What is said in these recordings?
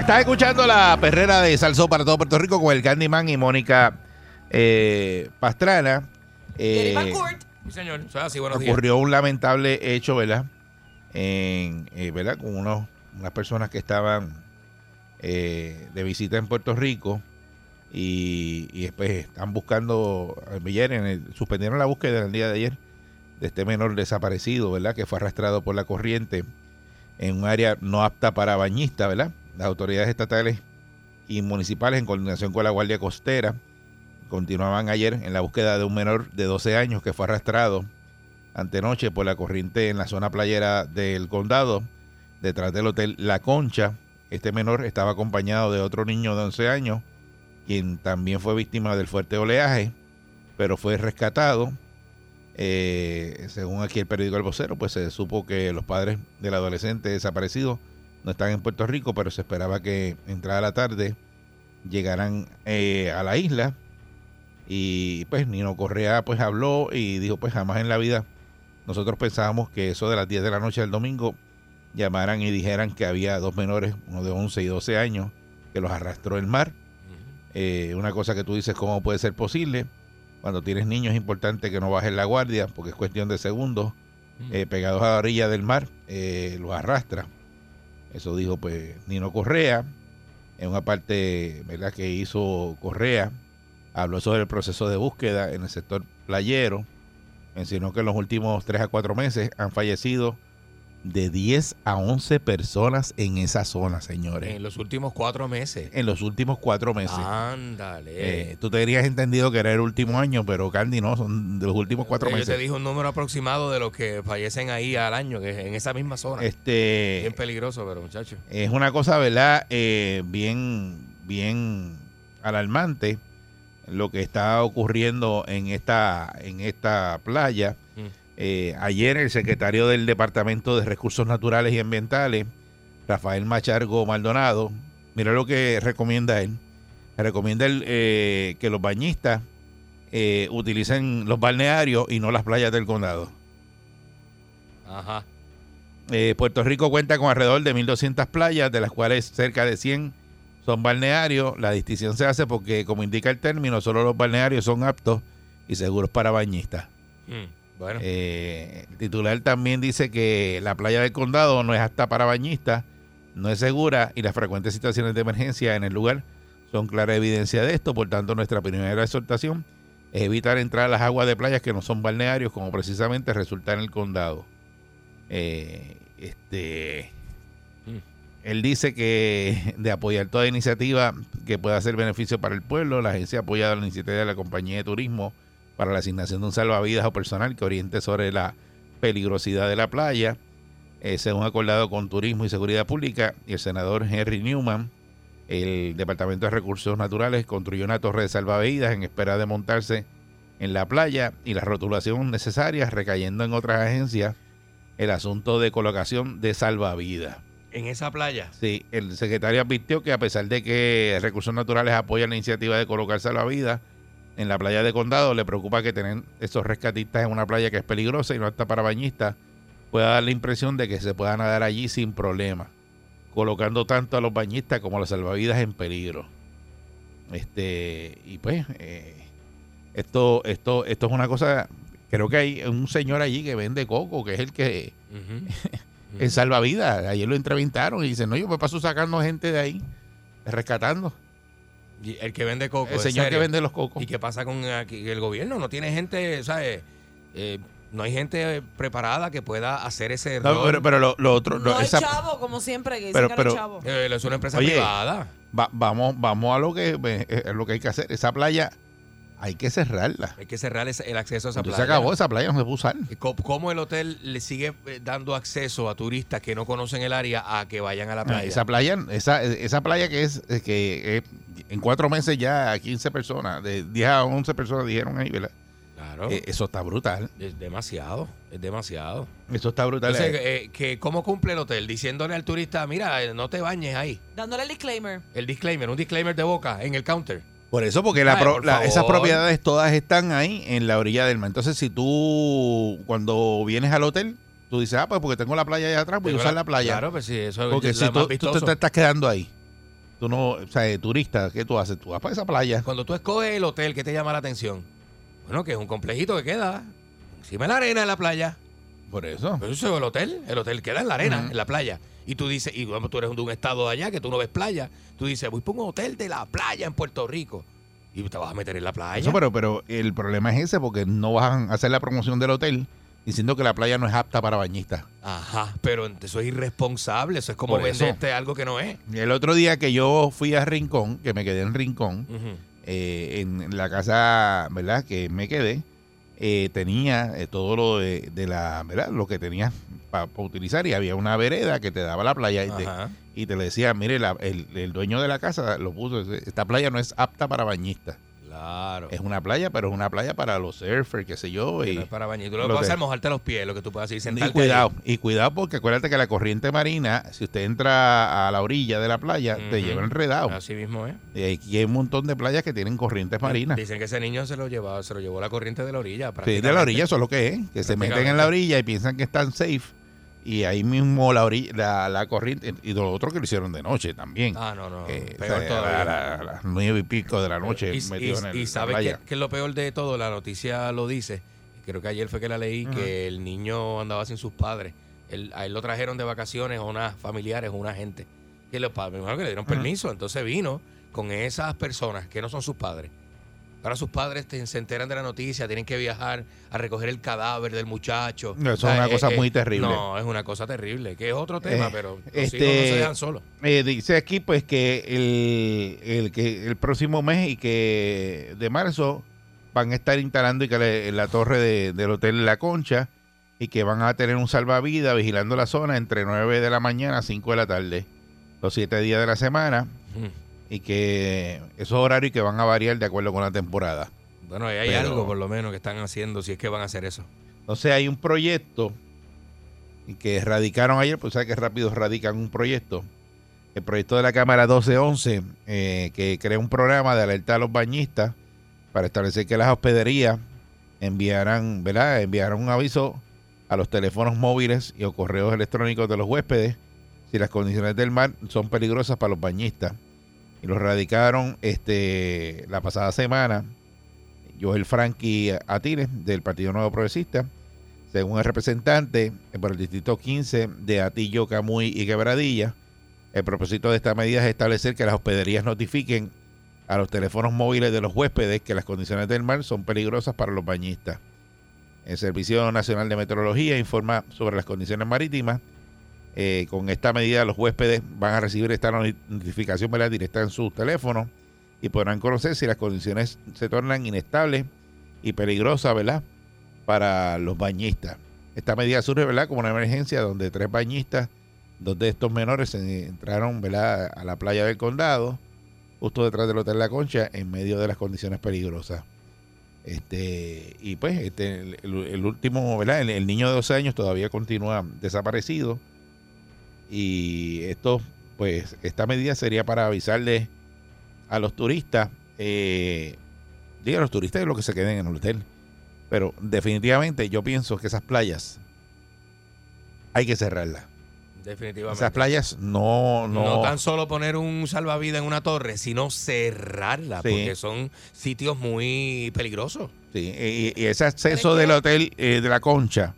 Estás escuchando la perrera de Salsó para todo Puerto Rico con el Candyman y Mónica eh, Pastrana. Eh, Sí, señor. Eso es así, buenos días. ocurrió un lamentable hecho, ¿verdad? En, eh, ¿verdad? Con unos, unas personas que estaban eh, de visita en Puerto Rico y, y pues están buscando, ayer en el- suspendieron la búsqueda en el día de ayer de este menor desaparecido, ¿verdad? Que fue arrastrado por la corriente en un área no apta para bañistas, ¿verdad? Las autoridades estatales y municipales en coordinación con la Guardia Costera continuaban ayer en la búsqueda de un menor de 12 años que fue arrastrado antenoche por la corriente en la zona playera del condado, detrás del hotel La Concha. Este menor estaba acompañado de otro niño de 11 años, quien también fue víctima del fuerte oleaje, pero fue rescatado. Eh, según aquí el periódico El Vocero, pues se supo que los padres del adolescente desaparecido no están en Puerto Rico, pero se esperaba que entrada la tarde llegaran eh, a la isla. Y pues Nino Correa pues habló y dijo pues jamás en la vida nosotros pensábamos que eso de las 10 de la noche del domingo llamaran y dijeran que había dos menores, uno de 11 y 12 años, que los arrastró el mar. Eh, una cosa que tú dices, ¿cómo puede ser posible? Cuando tienes niños es importante que no bajes la guardia porque es cuestión de segundos. eh, pegados a la orilla del mar, eh, los arrastra. Eso dijo pues Nino Correa. En una parte ¿verdad? que hizo Correa, habló sobre el proceso de búsqueda en el sector playero. Mencionó que en los últimos 3 a 4 meses han fallecido de 10 a 11 personas en esa zona, señores. En los últimos cuatro meses. En los últimos 4 meses. Ah, Ándale. Eh, tú te habrías entendido que era el último año, pero Candy no, son de los últimos cuatro Eh, Yo te meses. dije un número aproximado de los que fallecen ahí al año, que es en esa misma zona. Este, Bien peligroso, pero muchachos. es una cosa, ¿verdad? Eh, bien, bien alarmante lo que está ocurriendo en esta, en esta playa. Mm. Eh, ayer el secretario del Departamento de Recursos Naturales y Ambientales, Rafael Machargo Maldonado, mira lo que recomienda él. Recomienda él, eh, que los bañistas eh, utilicen los balnearios y no las playas del condado. Ajá. Eh, Puerto Rico cuenta con alrededor de 1.200 playas, de las cuales cerca de 100 son balnearios. La distinción se hace porque, como indica el término, solo los balnearios son aptos y seguros para bañistas. Mm, Bueno, Eh, el titular también dice que la playa del condado no es apta para bañistas, no es segura y las frecuentes situaciones de emergencia en el lugar son clara evidencia de esto. Por tanto, nuestra primera exhortación es evitar entrar a las aguas de playas que no son balnearios, como precisamente resulta en el condado. Eh, este. Mm. Él dice que de apoyar toda iniciativa que pueda ser beneficio para el pueblo, la agencia ha apoyado la iniciativa de la compañía de turismo para la asignación de un salvavidas o personal que oriente sobre la peligrosidad de la playa, eh, según acordado con Turismo y Seguridad Pública y el senador Henry Newman. El Departamento de Recursos Naturales construyó una torre de salvavidas en espera de montarse en la playa y la rotulación necesaria, recayendo en otras agencias el asunto de colocación de salvavidas. en esa playa. Sí, el secretario advirtió que a pesar de que Recursos Naturales apoya la iniciativa de colocar salvavidas en la playa de Condado, le preocupa que tener esos rescatistas en una playa que es peligrosa y no está para bañistas pueda dar la impresión de que se pueda nadar allí sin problema, colocando tanto a los bañistas como a los salvavidas en peligro. Este, y pues, eh, esto, esto, esto es una cosa. Creo que hay un señor allí que vende coco, que es el que Ujú. en salvavidas. Ayer lo entrevistaron y dicen, no, yo me paso sacando gente de ahí, rescatando. Y el que vende coco. el ¿en señor que serio? vende los cocos. ah, ¿Y qué pasa con aquí- el gobierno? No tiene gente, ¿sabes? eh, no hay gente preparada que pueda hacer ese No, rol. pero, pero lo, lo otro. No, lo- hay esa- chavo, como siempre, que dicen pero- que pero- no hay chavo. Eh, es una empresa Oye. privada. va- vamos, vamos a lo que eh, es lo que hay que hacer. Esa playa hay que cerrarla. Hay que cerrar ese- el acceso a esa Cuando playa. Se acabó esa playa, no se puede usar. ¿Y co- ¿Cómo el hotel le sigue eh, dando acceso a turistas que no conocen el área a que vayan a la playa? Ah, Esa playa, esa, esa playa que es eh, que eh, en cuatro meses ya a 15 personas, de 10 a 11 personas dijeron ahí, ¿verdad? Claro. Eh, eso está brutal. es demasiado. Es demasiado. Eso está brutal. Entonces, Eh, eh, que ¿cómo cumple el hotel? Diciéndole al turista, mira, eh, no te bañes ahí. Dándole el disclaimer. El disclaimer, un disclaimer de boca en el counter. por eso, porque la ay, pro- por la- favor. esas propiedades todas están ahí en la orilla del mar. Entonces, si tú cuando vienes al hotel, tú dices, ah, pues porque tengo la playa allá atrás, voy a Pero usar la playa. Claro, pues sí, eso Porque es la si más tú, tú vistoso. te estás quedando ahí, tú no, o sea, de turista, ¿qué tú haces? Tú vas para esa playa. Cuando tú escoges el hotel, ¿qué te llama la atención? Bueno, que es un complejito que queda encima de la arena de la playa. Por eso. Pero eso es el hotel. El hotel queda en la arena, Ujú. en la playa. Y tú dices, y vamos, tú eres de un estado de allá que tú no ves playa. Tú dices, voy por un hotel de la playa en Puerto Rico. Y te vas a meter en la playa. Eso, pero, pero el problema es ese, porque no van a hacer la promoción del hotel diciendo que la playa no es apta para bañistas. Ajá, pero eso es irresponsable. Eso es como Por eso. venderte algo que no es. El otro día que yo fui a Rincón, que me quedé en Rincón, eh, en la casa, ¿verdad? Que me quedé, eh, tenía eh, todo lo de, de la, ¿verdad? Lo que tenía para utilizar y había una vereda que te daba la playa y te, Ajá. y te le decía, mire, la- el, el dueño de la casa lo puso, dice, esta playa no es apta para bañistas. Claro. Es una playa, pero es una playa para los surfers, qué sé yo. Que Y, no es para bañar. Tú lo lo que puedes que- hacer es mojarte los pies, lo que tú puedas hacer. y Sentarte cuidado, y cuidado porque acuérdate que la corriente marina, si usted entra a la orilla de la playa, te Ujú. lleva ahí. enredado. Así mismo, ¿eh? Y aquí hay un montón de playas que tienen corrientes marinas. Dicen que ese niño se lo llevó, se lo llevó la corriente de la orilla. Sí, de la orilla, eso es lo que es. Que se meten en la orilla y piensan que están safe. Y ahí mismo la orilla, la, la corriente. Y lo otro que lo hicieron de noche también. Ah, no, no. Eh, peor o sea, todavía. a, la- a las nueve y pico de la noche y, metido en el- y- y la sabes qué- playa. qué es lo peor de todo, la noticia lo dice. Creo que ayer fue que la leí que el niño andaba sin sus padres. Él- a él lo trajeron de vacaciones unas familiares, una gente. Que los padres, me imagino que le dieron permiso. Entonces vino con esas personas que no son sus padres. Ahora sus padres te- se enteran de la noticia, tienen que viajar a recoger el cadáver del muchacho. eh, No, eso es una cosa muy terrible. No, es una cosa terrible, que es otro tema, Eh, pero los este- hijos no se dejan solos. Eh, dice aquí pues que el, el que el próximo mes y que de marzo van a estar instalando y que le- la torre de- del hotel La Concha y que van a tener un salvavidas vigilando la zona entre 9 de la mañana a 5 de la tarde, los 7 días de la semana Mm. y que esos horarios que van a variar de acuerdo con la temporada. Bueno, ahí hay Pero- algo por lo menos que están haciendo, si es que van a hacer eso. Entonces hay un proyecto que radicaron ayer, pues sabes que rápido radican un proyecto. El proyecto de la Cámara 1211, eh, que crea un programa de alerta a los bañistas para establecer que las hospederías enviarán, ¿verdad? Enviarán un aviso a los teléfonos móviles y o correos electrónicos de los huéspedes si las condiciones del mar son peligrosas para los bañistas. Y los radicaron este, la pasada semana Joel Frankie Atines, del Partido Nuevo Progresista. Según el representante eh, por el Distrito 15 de Atillo, Camuy y Quebradilla, el propósito de esta medida es establecer que las hospederías notifiquen a los teléfonos móviles de los huéspedes que las condiciones del mar son peligrosas para los bañistas. El Servicio Nacional de Meteorología informa sobre las condiciones marítimas. Eh, con esta medida los huéspedes van a recibir esta noti- notificación ¿verdad? directa en sus teléfonos y podrán conocer si las condiciones se tornan inestables y peligrosas, ¿verdad? Para los bañistas. Esta medida surge, ¿verdad? Como una emergencia donde tres bañistas, dos de estos menores, se entraron, ¿verdad? A la playa del condado, justo detrás del Hotel La Concha, en medio de las condiciones peligrosas. Este, y pues, este, el, el último, ¿verdad? El, el niño de 12 años todavía continúa desaparecido. Y esto, pues, esta medida sería para avisarles a los turistas, eh, digo a los turistas y los que se queden en el hotel. Pero definitivamente yo pienso que esas playas hay que cerrarlas. Definitivamente. Esas playas no, no. no, tan solo poner un salvavidas en una torre, sino cerrarla, Sí. porque son sitios muy peligrosos. sí, y, y ese acceso del hotel eh, de la concha,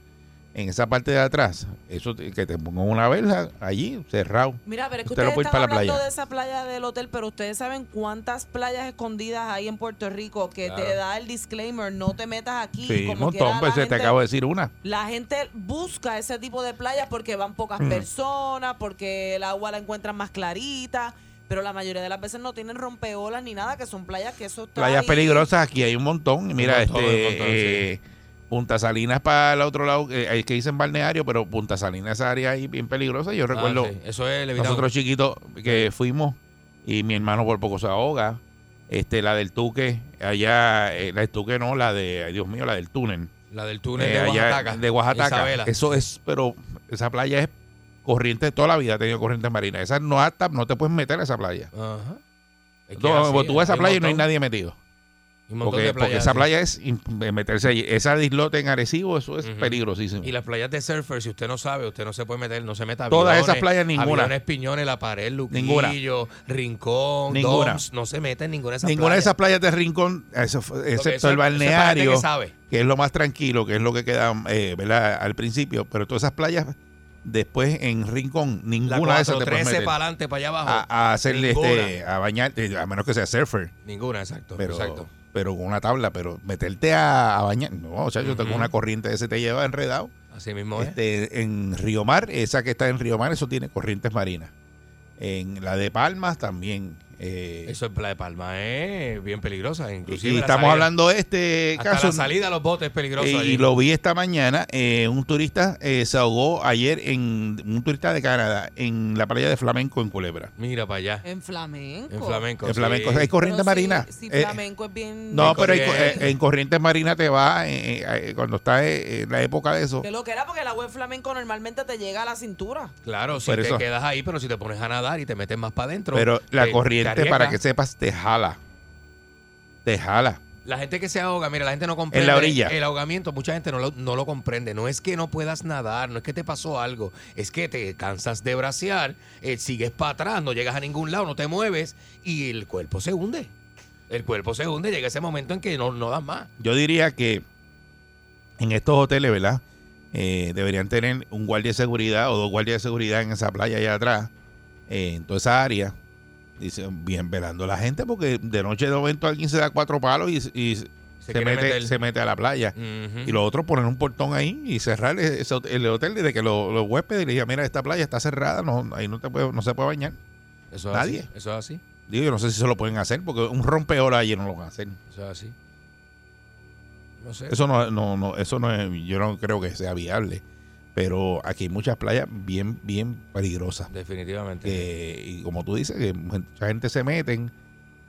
en esa parte de atrás, eso te- que te pongan una verja allí, cerrado. Mira, pero es que Usted no ustedes puede ir están para la hablando playa. de esa playa del hotel, pero ustedes saben cuántas playas escondidas hay en Puerto Rico que te Claro. da el disclaimer, no te metas aquí. Sí, un como montón, quiera, pues la te gente- acabo de decir una. La gente busca ese tipo de playas porque van pocas Mm. personas, porque el agua la encuentran más clarita, pero la mayoría de las veces no tienen rompeolas ni nada, que son playas que eso está Playas ahí. peligrosas, aquí hay un montón. Y Mira, Un montón, este, un montón, sí. eh, Punta Salinas para el otro lado, eh, es que dicen balneario, pero Punta Salinas, esa área ahí bien peligrosa. Yo recuerdo Ah, sí, Eso es levitado. nosotros chiquitos que fuimos y mi hermano por poco se ahoga. Este, la del Tuque, allá, eh, la del Tuque no, la de, ay, Dios mío, la del túnel. La del túnel Eh, de allá Oaxaca. de Oaxaca. Isabela. Eso es, pero esa playa es corriente, toda la vida ha tenido corriente marina. Esa no hasta, no te puedes meter a esa playa. Ajá. Es que No, pues, así, tú vas a esa hay un playa y no hay montón- nadie metido. un montón Porque, de porque playas esa así. playa es im- meterse allí. Esa islote en Arecibo, eso es Ujú. peligrosísimo. Y las playas de surfer, si usted no sabe, usted no se puede meter, no se meta a Todas aviones, esas playas, ninguna. Aviones, piñones, la pared, Ninguna. Luquillo, Rincón, Ninguna. Doms, no se mete en ninguna de esas Ninguna de playas. esas playas de rincón, eso fue- Porque excepto eso el es- eso es para gente balneario, que sabe. que es lo más tranquilo, que es lo que queda eh, ¿verdad? al principio. Pero todas esas playas, después en rincón, La ninguna de esas te 413 puedes meter para adelante, para allá abajo. a, a hacerle este, Ninguna. a bañarte, a menos que sea surfer. Ninguna, exacto. pero, exacto. pero con una tabla, pero meterte a, a bañar, no, o sea, yo tengo Ujú. una corriente de ese te lleva enredado. Así mismo es. Este, en Río Mar, esa que está en Río Mar, eso tiene corrientes marinas. En la de Palmas también. eh, Eso es Playa de Palma, es bien peligrosa. Inclusive y la estamos salida- hablando de este hasta caso. la salida a los botes es peligrosa. eh, allí. y lo vi esta mañana, eh, un turista eh, se ahogó ayer en un turista de Canadá en la playa de Flamenco en Culebra. Mira para allá. En flamenco. En flamenco. En Flamenco, sí. hay corriente Pero sí, marina. Sí, Eh, flamenco es bien. No, pero en, corriente. en- en corrientes marinas te va, eh, eh, cuando está eh, en la época de eso. Que lo que era porque el agua en flamenco normalmente te llega a la cintura. Claro, si Por te eso- quedas ahí, pero si te pones a nadar y te metes más para adentro. Pero la te- corriente, te para que arriesgas. sepas, te jala. Te jala. La gente que se ahoga, mira, la gente no comprende. En la orilla. El ahogamiento, mucha gente no lo, no lo comprende. No es que no puedas nadar, no es que te pasó algo. Es que te cansas de bracear, eh, sigues para atrás, no llegas a ningún lado, no te mueves y el cuerpo se hunde. El cuerpo se hunde, llega ese momento en que no, no das más. Yo diría que en estos hoteles, ¿verdad? Eh, deberían tener un guardia de seguridad o dos guardias de seguridad en esa playa allá atrás, eh, en toda esa área. Dice, bien velando a la gente, porque de noche de momento alguien se da cuatro palos y, y se, quiere mete, meter. se mete a la playa. Ujú. Y lo otro, poner un portón ahí y cerrar ese hot- el hotel desde que lo- los huéspedes le digan, mira, esta playa está cerrada, no, ahí no, te puede- no se puede bañar. Eso es nadie. así, Eso es así. Digo, yo no sé si se lo pueden hacer, porque un rompeolas allí no lo van a hacer. Eso es así. No sé. Eso no, no, no, eso no es, yo no creo que sea viable. Pero aquí hay muchas playas bien, bien peligrosas. Definitivamente. Que, y como tú dices, que mucha gente se meten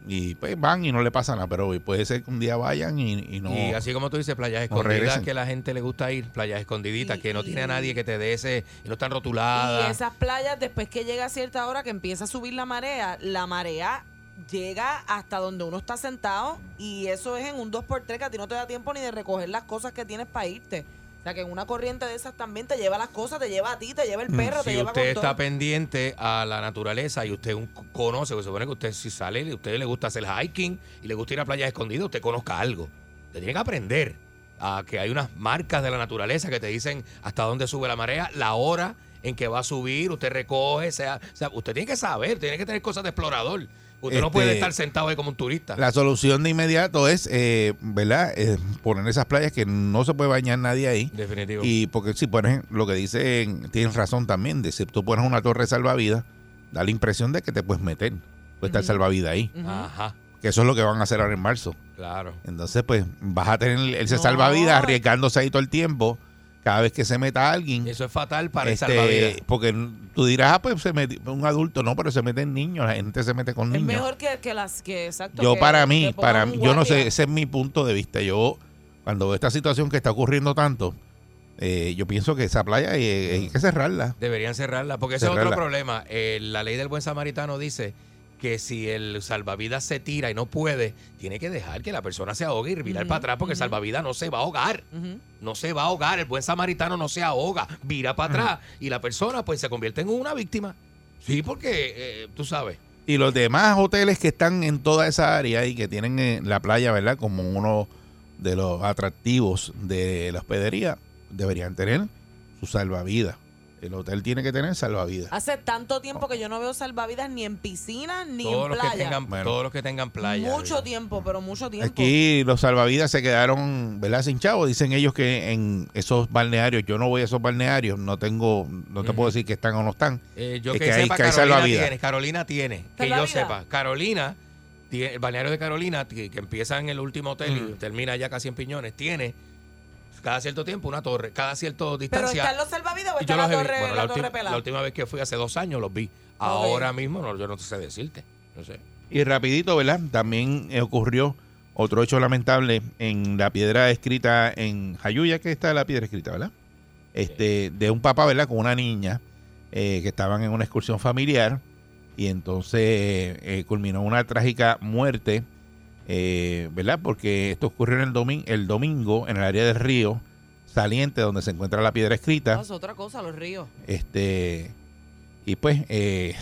y pues van y no le pasa nada. Pero puede ser que un día vayan y, y no. Y así como tú dices, playas No escondidas regresen. que la gente le gusta ir, playas escondiditas, Y- que no tiene a y- nadie que te dé ese, y no están Y rotuladas. esas playas, después que llega a cierta hora que empieza a subir la marea, la marea llega hasta donde uno está sentado y eso es en un 2x3 que a ti no te da tiempo ni de recoger las cosas que tienes para irte. O sea, que en una corriente de esas también te lleva las cosas, te lleva a ti, te Mm. lleva el perro, te si lleva Mm, usted con todo. está pendiente a la naturaleza y usted un- conoce, pues, se supone que usted si sale, y usted le gusta hacer hiking y le gusta ir a playas escondidas, usted conozca algo. Usted tiene que aprender a que hay unas marcas de la naturaleza que te dicen hasta dónde sube la marea, la hora en que va a subir, usted recoge, sea, o sea, usted tiene que saber, tiene que tener cosas de explorador. Usted no Este, puede estar sentado ahí como un turista. La solución de inmediato es, eh, ¿verdad? Eh, poner esas playas que no se puede bañar nadie ahí. Definitivo. Y porque si pones lo que dicen, tienes razón también, de si tú pones una torre salvavidas, da la impresión de que te puedes meter. Puede estar Ujú. Pues salvavidas ahí. Ujú. Ajá, que eso es lo que van a hacer ahora en marzo. claro. Entonces, pues vas a tener el- ese No. salvavidas arriesgándose ahí todo el tiempo, cada vez que se meta alguien. Eso es fatal para Este, el salvavidas. Porque tú dirás, ah, pues se mete un adulto, no, pero se meten niños, la gente se mete con Es niños. mejor que, que las que, exacto. Yo que- para que mí, pongan para un mí, yo no sé, guardia. ese es mi punto de vista. Yo, cuando veo esta situación que está ocurriendo tanto, eh, yo pienso que esa playa eh, hay que cerrarla. Deberían cerrarla, porque ese es Cerrarla. otro problema. Eh, la ley del buen samaritano dice que si el salvavidas se tira y no puede, tiene que dejar que la persona se ahogue y virar Ujú, para atrás, porque el ujú. salvavidas no se va a ahogar. Ujú. No se va a ahogar, el buen samaritano no se ahoga, vira para atrás y la persona pues se convierte en una víctima. Sí, porque eh, tú sabes. Y los demás hoteles que están en toda esa área y que tienen eh, la playa, ¿verdad? Como uno de los atractivos de la hospedería, deberían tener su salvavidas. El hotel tiene que tener salvavidas. Hace tanto tiempo que yo no veo salvavidas ni en piscinas ni todos, en los que playa. tengan, Bueno. todos los que tengan playa. mucho ¿verdad? tiempo, pero mucho tiempo. Aquí los salvavidas se quedaron, ¿verdad? Sin chavo. Dicen ellos que en esos balnearios, yo no voy a esos balnearios, no tengo, no te Ujú. puedo decir que están o no están. Eh, yo Es que, que hay- sepa, que hay Carolina salvavidas. tiene. Carolina tiene. Que yo ¿Salvavidas? sepa. Carolina, tiene, el balneario de Carolina, que, que empieza en el último hotel Mm. y termina ya casi en Piñones, tiene cada cierto tiempo una torre, cada cierto pero distancia. están los salvavidas o Y yo está la los he vi- torre, bueno, la la, torre ulti- pelada. la última vez que fui hace dos años los vi. Ahora mismo no, yo no sé decirte. No sé. Y rapidito, ¿verdad? También eh, ocurrió otro hecho lamentable en la piedra escrita en Jayuya, que está la piedra escrita, ¿verdad? Este, de un papá, ¿verdad? Con una niña eh, que estaban en una excursión familiar y entonces eh, culminó una trágica muerte, eh, ¿verdad? Porque esto ocurrió en el, domi- el domingo en el área del río saliente donde se encuentra la piedra escrita. No, es otra cosa, los ríos. Este, y pues eh,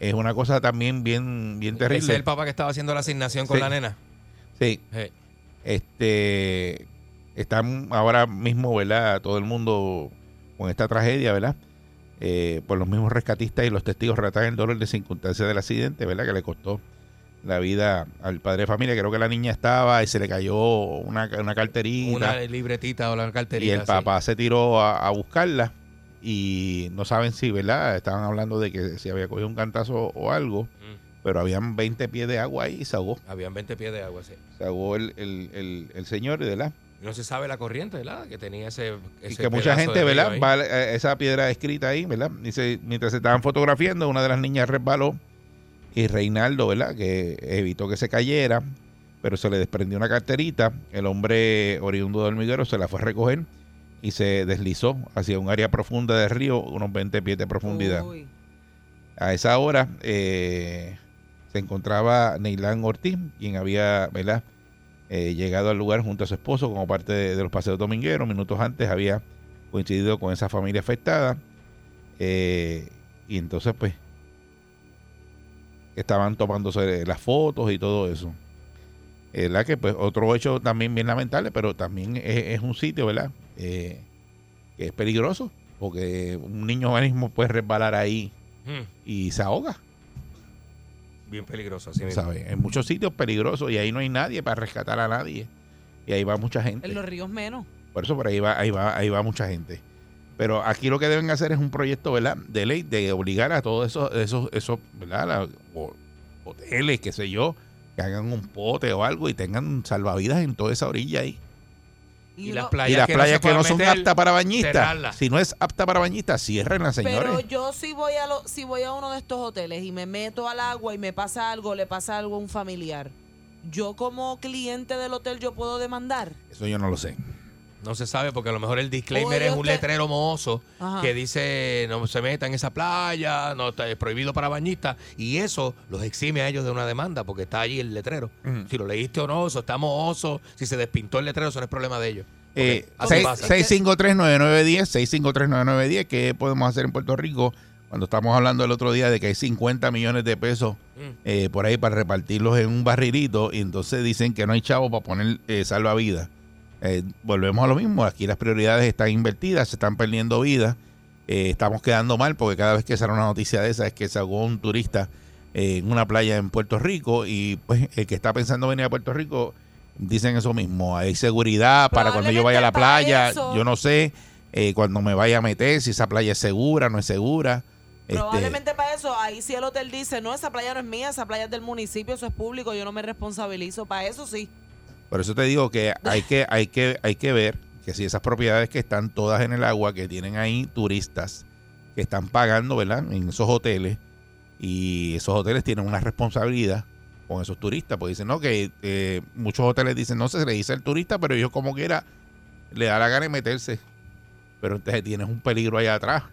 es una cosa también bien, bien terrible. Ese es el papá que estaba haciendo la asignación con Sí. la nena. Sí, Eh, este, están ahora mismo, ¿verdad? Todo el mundo con esta tragedia, ¿verdad? Eh, por los mismos rescatistas y los testigos relatan el dolor de circunstancias del accidente, ¿verdad? Que le costó la vida al padre de familia. Creo que la niña estaba y se le cayó una, una carterita. una libretita o la Y carterita. el sí. papá se tiró a, a buscarla y no saben si, ¿verdad? Estaban hablando de que si había cogido un cantazo o algo, Mm, pero habían 20 pies de agua ahí y se ahogó. habían 20 pies de agua. sí. Se ahogó el, el, el, el señor, ¿verdad? No se sabe la corriente, ¿verdad? Que tenía ese. Y ese que mucha pedazo de gente, ¿verdad? río Va ahí. a la- a esa piedra escrita ahí, ¿verdad? Dice, mientras se estaban fotografiando, una de las niñas resbaló y Reinaldo, ¿verdad? Que evitó que se cayera, pero se le desprendió una carterita. El hombre oriundo del hormiguero se la fue a recoger y se deslizó hacia un área profunda del río, unos 20 pies de profundidad. Uy. A esa hora eh, se encontraba Neilán Ortiz, quien había ¿verdad? Eh, llegado al lugar junto a su esposo como parte de, de los paseos domingueros. Minutos antes había coincidido con esa familia afectada. Eh, y entonces, pues, estaban tomándose las fotos y todo eso. Eh, ¿Verdad? Que pues otro hecho también bien lamentable, pero también es, es un sitio, ¿verdad? Eh, que es peligroso, porque un niño organismo puede resbalar ahí Mm, y se ahoga, bien peligroso, así mismo. ¿sabes? En muchos sitios peligrosos y ahí no hay nadie para rescatar a nadie. Y ahí va mucha gente. En los ríos menos. Por eso por ahí va, ahí va, ahí va mucha gente. Pero aquí lo que deben hacer es un proyecto, ¿verdad? De ley de obligar a todos esos, esos, esos, ¿verdad? La- o- hoteles, qué sé yo, que hagan un pote o algo y tengan salvavidas en toda esa orilla ahí. Y las lo- playas y las que playas no se que no puedan son meter, aptas para bañistas. cerrarlas. Si no es apta para bañistas, ciérrenla, señores. Pero yo si voy a lo- si voy a uno de estos hoteles y me meto al agua y me pasa algo, le pasa algo a un familiar. Yo como cliente del hotel yo puedo demandar. Eso yo no lo sé. No se sabe porque a lo mejor el disclaimer Oye, es un usted- letrero mohoso Ajá. que dice no se meta en esa playa, no está es prohibido para bañistas y eso los exime a ellos de una demanda porque está allí el letrero. Si lo leíste o no, eso está mohoso, si se despintó el letrero, eso no es problema de ellos. Porque Eh, así seis- pasa. 6539910, 6539910, ¿qué podemos hacer en Puerto Rico? Cuando estamos hablando el otro día de que hay 50 millones de pesos Mm. eh, por ahí para repartirlos en un barrilito y entonces dicen que no hay chavo para poner eh, salvavidas. Eh, volvemos a lo mismo, aquí las prioridades están invertidas, se están perdiendo vidas, eh, estamos quedando mal porque cada vez que sale una noticia de esa es que se ahogó un turista eh, en una playa en Puerto Rico y pues el que está pensando venir a Puerto Rico dicen eso mismo, hay seguridad para cuando yo vaya a la Probablemente para playa, eso. yo no sé eh, cuando me vaya a meter si esa playa es segura, no es segura. este, Probablemente para eso, ahí si el hotel dice, no, esa playa no es mía, esa playa es del municipio, eso es público, yo no me responsabilizo. Para eso sí. Por eso te digo que hay que, hay que, hay que ver que si esas propiedades que están todas en el agua, que tienen ahí turistas que están pagando, ¿verdad? En esos hoteles, y esos hoteles tienen una responsabilidad con esos turistas, pues dicen, no, que eh, muchos hoteles dicen, no se le dice al turista, pero ellos como quiera le da la gana de meterse. Pero entonces tienes un peligro allá atrás.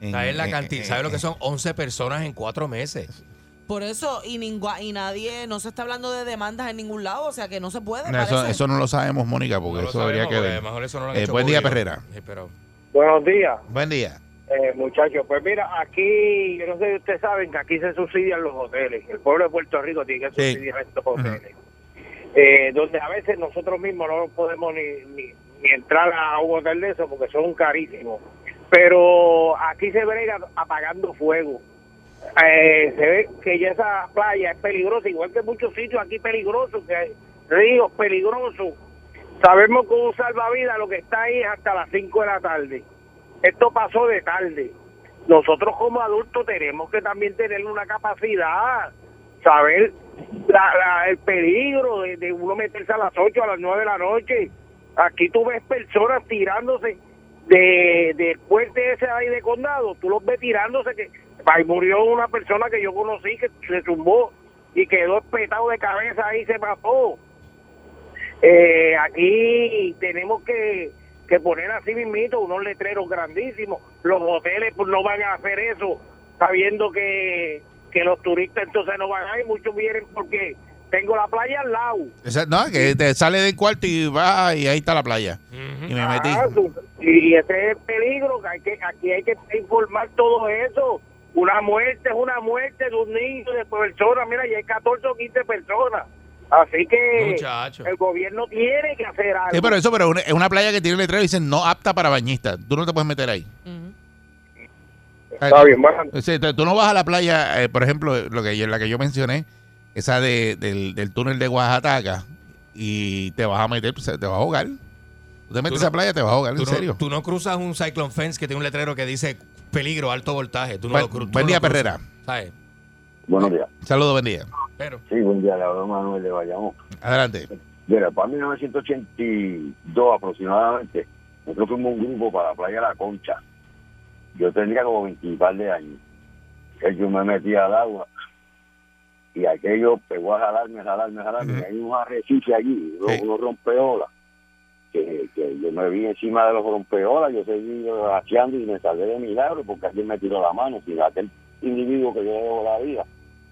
En- ¿Sabes la en- cantidad? en- ¿Sabes lo que en- son 11 personas en cuatro meses? Por eso, y, ningua- y nadie, no se está hablando de demandas en ningún lado, o sea que no se puede. No, eso, parece. eso no lo sabemos, Mónica, porque No lo eso habría sabemos, que porque ver. a lo mejor eso no lo han Eh, hecho buen día, público. Perrera. Sí, pero Buenos días, Buen día. eh, muchachos. Pues mira, aquí, yo no sé si ustedes saben que aquí se subsidian los hoteles. El pueblo de Puerto Rico tiene que Sí. subsidiar estos hoteles. Eh, donde a veces nosotros mismos no podemos ni, ni, ni entrar a un hotel de eso porque son carísimos. Pero aquí se ve apagando fuego. Eh, se ve que ya esa playa es peligrosa, igual que muchos sitios aquí peligrosos, que hay ríos peligrosos. Sabemos que un salvavidas lo que está ahí es hasta las 5 de la tarde. Esto pasó de tarde. Nosotros como adultos tenemos que también tener una capacidad, saber la, la- el peligro de, de uno meterse a las 8, a las 9 de la noche. Aquí tú ves personas tirándose de, del puente ese ahí de condado, tú los ves tirándose. que Ahí murió una persona que yo conocí que se zumbó y quedó espetado de cabeza ahí, se mató. Eh, aquí tenemos que, que poner así mismito unos letreros grandísimos. Los hoteles pues, no van a hacer eso, sabiendo que, que los turistas entonces no van a ir. Muchos vienen porque tengo la playa al lado. Esa- no, que te sale del cuarto y va y ahí está la playa. Y me metí. Ah, tú- y ese es el peligro, que hay que, aquí hay que informar todo eso. Una muerte es una muerte de un niño, de personas, mira, y hay 14 o 15 personas. Así que Muchacho. el gobierno tiene que hacer algo. Sí, pero eso, pero una- es una playa que tiene letrero y dicen no apta para bañistas. Tú no te puedes meter ahí. Ujú. Está bien, bueno. O sea, tú- tú no vas a la playa, eh, por ejemplo, lo que yo- la que yo mencioné, esa de, del, del túnel de Oaxaca, y te vas a meter, pues, te vas a ahogar. Tú te metes no- a la playa, te vas a ahogar, Tú en no, serio. tú no cruzas un Cyclone Fence que tiene un letrero que dice peligro, alto voltaje. Tú no Buen- lo cru- tú buen no día, lo cruzas, Perrera. ¿sabes? Buenos días. Saludos, buen día. Pero, Sí, buen día. Le habló Manuel de Bayamón. Adelante. Mira, para 1982 aproximadamente, nosotros fuimos un grupo para la playa La Concha. Yo tenía como 20 y par de años. Que Yo me metía al agua y aquello pegó a jalarme, jalarme, jalarme. Ujú. Hay unos arrecifes allí, unos, Sí. unos rompeolas. Que, que yo me vi encima de los rompeolas, yo seguí haciendo y me salvé de milagro porque alguien me tiró la mano. Si aquel individuo que yo le debo la vida,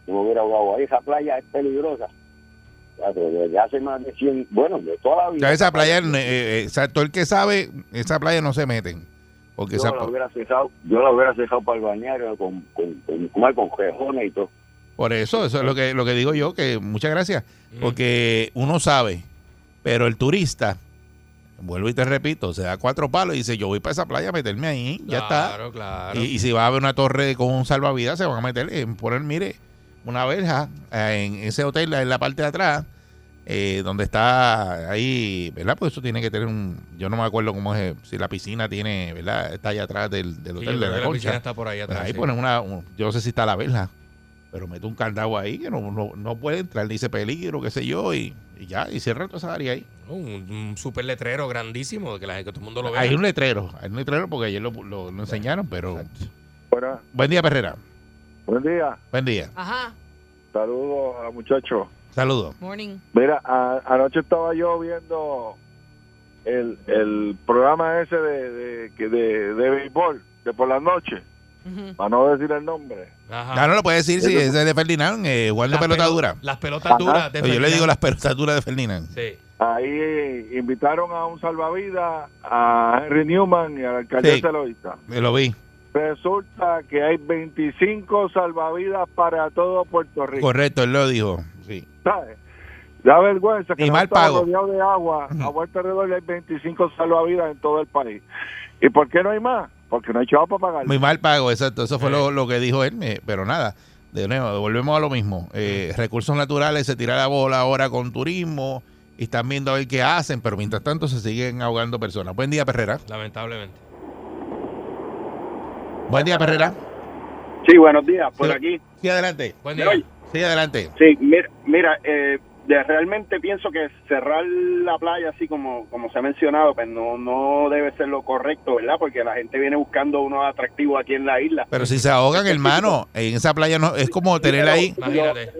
yo me hubiera ahogado ahí. Esa playa es peligrosa. Ya, pero desde hace más de 100, bueno, de toda la vida. Ya esa playa, eh, eh, o sea, todo el que sabe, esa playa no se meten. Porque yo esa, la hubiera cejado, yo la hubiera cejado para el bañario con, con, con, con, con cojones y todo. por eso, eso es lo que, lo que digo yo, que muchas gracias. Porque uno sabe, pero el turista, vuelvo y te repito, se da cuatro palos y dice, yo voy para esa playa a meterme ahí, ya está. Claro, claro. Y, y si va a haber una torre con un salvavidas, se van a meter en poner, mire, una verja eh, en ese hotel, en la parte de atrás, eh, donde está ahí, ¿verdad? Pues eso tiene que tener un. Yo no me acuerdo cómo es, si la piscina tiene, ¿verdad? Está allá atrás del, Sí, del hotel yo de creo la, que la piscina concha. está por ahí Pues atrás. ahí sí. ponen una. un- yo no sé si está la verja, pero mete un candado ahí que no, no, no puede entrar, dice peligro, qué sé yo, y, y ya, y cierra toda esa área ahí. Un, un super letrero grandísimo que, la, que todo el mundo lo vea. Hay un letrero, hay un letrero porque ayer lo, lo- lo enseñaron, pero. Buena- Buen día, Perrera. buen día. Buen día. Ajá, Saludos a los muchachos. Saludos. morning. Mira, a- anoche estaba yo viendo el, el programa ese de, de, que de, de béisbol, de por la noche, Ujú. para no decir el nombre. Ajá. Ah, no lo puedes decir si es de Ferdinand, eh, jugando Las pelota pelo- dura. Las pelotas duras. de Oye, Yo le Ferdinand. digo las pelotas duras de Ferdinand. Sí. Ahí invitaron a un salvavidas, a Henry Newman y a la alcaldesa Sí. Eloísa. Eh, Lo vi. Resulta que hay 25 salvavidas para todo Puerto Rico. Correcto, él lo dijo. Sí. ¿Sabes? Da vergüenza que Y no mal estamos pago. rodeados de agua. A vuelta alrededor hay 25 salvavidas en todo el país. ¿Y por qué no hay más? Porque no hay chavo para pagar. Muy mal pago, exacto. Eso fue lo, lo que dijo él, eh, pero nada. De nuevo, volvemos a lo mismo. Eh, recursos naturales, se tira la bola ahora con turismo y están viendo a ver qué hacen, pero mientras tanto se siguen ahogando personas. Buen día, Perrera. Lamentablemente. Buen día, Perrera. Sí, buenos días, por Sí. aquí. Sí, adelante. Buen Me día. oye. Sí, adelante. Sí, mira, mira eh, de- realmente pienso que cerrar la playa, así como, como se ha mencionado, pues no, no debe ser lo correcto, ¿verdad? Porque la gente viene buscando unos atractivos aquí en la isla. Pero si se ahogan, hermano, en esa playa no es como tener ahí. Imagínate.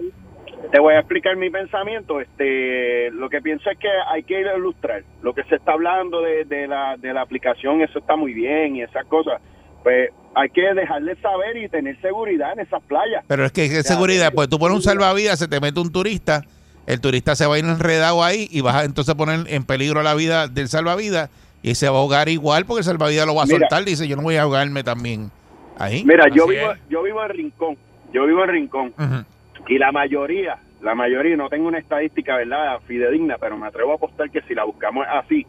Te voy a explicar mi pensamiento. Este, lo que pienso es que hay que ilustrar. Lo que se está hablando de, de la, de la aplicación, eso está muy bien y esas cosas. Pues hay que dejarle saber y tener seguridad en esas playas. Pero es que es seguridad, pues tú pones un salvavidas, se te mete un turista, el turista se va a ir enredado ahí y vas a entonces poner en peligro la vida del salvavidas y se va a ahogar igual porque el salvavidas lo va a Mira. soltar. Dice, yo no voy a ahogarme también ahí. Mira, yo Así vivo, es. yo vivo en Rincón. Yo vivo en Rincón. Ujú. Y la mayoría, la mayoría, no tengo una estadística, ¿verdad?, fidedigna, pero me atrevo a apostar que si la buscamos así,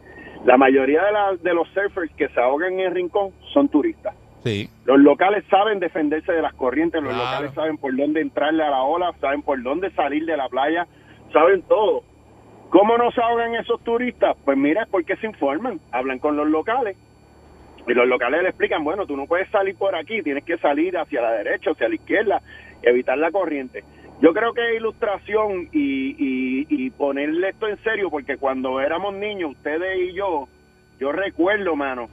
La mayoría de, la- de los surfers que se ahogan en el rincón son turistas. Sí. Los locales saben defenderse de las corrientes, los Claro. locales saben por dónde entrarle a la ola, saben por dónde salir de la playa, saben todo. ¿Cómo no se ahogan esos turistas? Pues mira, es porque se informan, hablan con los locales y los locales le explican, bueno, tú no puedes salir por aquí, tienes que salir hacia la derecha, hacia la izquierda, evitar la corriente. Yo creo que ilustración y, y- y ponerle esto en serio, porque cuando éramos niños, ustedes y yo, yo recuerdo, mano,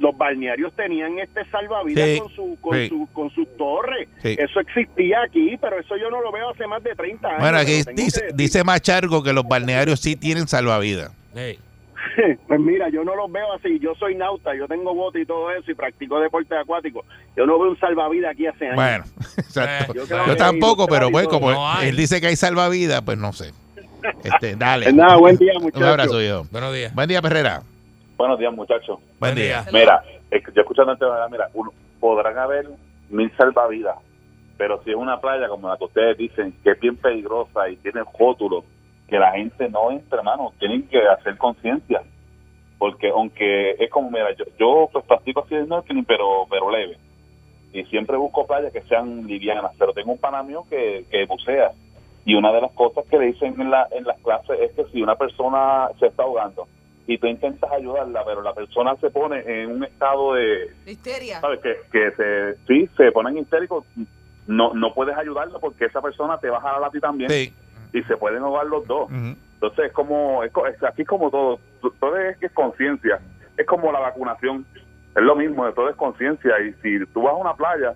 los balnearios tenían este salvavidas Sí, con su con sí. su con sus torres. Sí. Eso existía aquí, pero eso yo no lo veo hace más de 30 años. Bueno, te aquí lo tengo dice, que decir. dice Machargo que los balnearios sí tienen salvavidas. Hey, Pues mira, yo no los veo así. Yo soy nauta, yo tengo bote y todo eso y practico deporte acuático. Yo no veo un salvavidas aquí hace años. Bueno, exacto. Yo Yo, creo Eh. que tampoco, pero ilustrar pues y como todo. No hay. él dice que hay salvavidas, pues no sé. Este, dale. Pues nada, buen día, Un muchachos. abrazo, viejo. buenos días. Buen día, Perrera. Buenos días, muchachos. Buen día. Mira, es que yo escuchando el tema, mira, uno, podrán haber mil salvavidas, pero si es una playa como la que ustedes dicen, que es bien peligrosa y tiene rótulos, que la gente no entra, hermano, tienen que hacer conciencia. Porque aunque es como, mira, yo, yo pues practico así de snorkeling, pero, pero leve. Y siempre busco playas que sean livianas, pero tengo un pana mío que, que bucea. Y una de las cosas que le dicen en, la, en las clases es que si una persona se está ahogando y tú intentas ayudarla, pero la persona se pone en un estado de, Histeria. ¿sabes? Que, que se, sí, se ponen histéricos, no, no puedes ayudarla porque esa persona te va a jalar a ti también Sí. y se pueden ahogar los dos. Ujú. Entonces, es como, es, co- es- aquí es como todo, todo es, que es conciencia, es como la vacunación, es lo mismo, todo es conciencia. Y si tú vas a una playa,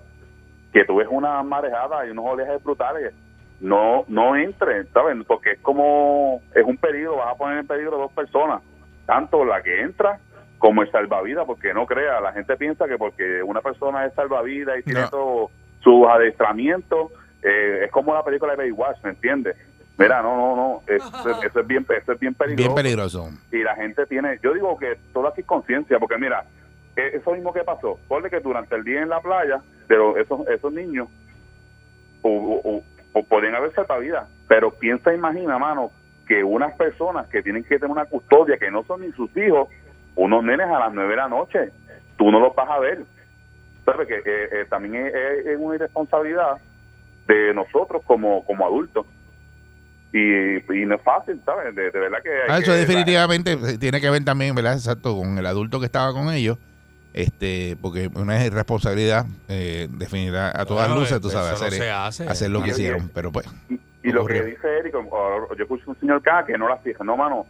que tú ves una marejada y unos oleajes brutales, no no entres, ¿saben? Porque es como, es un peligro, vas a poner en peligro a dos personas, tanto la que entra como el salvavidas, porque no crea, la gente piensa que porque una persona es salvavidas y tiene No. todo sus adiestramientos, eh, es como la película de Baywatch, ¿me entiendes? Mira, no, no, no, eso, eso es bien, eso es bien peligroso Bien peligroso. y la gente tiene, yo digo que todo aquí es conciencia, porque mira, e- eso mismo que pasó, ponle que durante el día en la playa, pero esos, esos niños u- u- u- podían haber salvavidas, pero piensa, imagina, mano, que unas personas que tienen que tener una custodia, que no son ni sus hijos, unos nenes a las nueve de la noche, tú no los vas a ver. ¿Sabes? Que eh, eh, también es, es- es una irresponsabilidad de nosotros como, como adultos. Y, y no es fácil, ¿sabes? De, de verdad que... hay Ah, eso que- la- definitivamente eh, tiene que ver también, ¿verdad? Exacto, con el adulto que estaba con ellos. Este, porque una irresponsabilidad eh, definirá a todas Bueno, luces, tú eso sabes, no hacer, se hace. hacer lo que Claro. hicieron. Pero pues, Y lo Ocurrió. que dice Eric, o- o- yo escuché un señor K que no la fija. No, mano,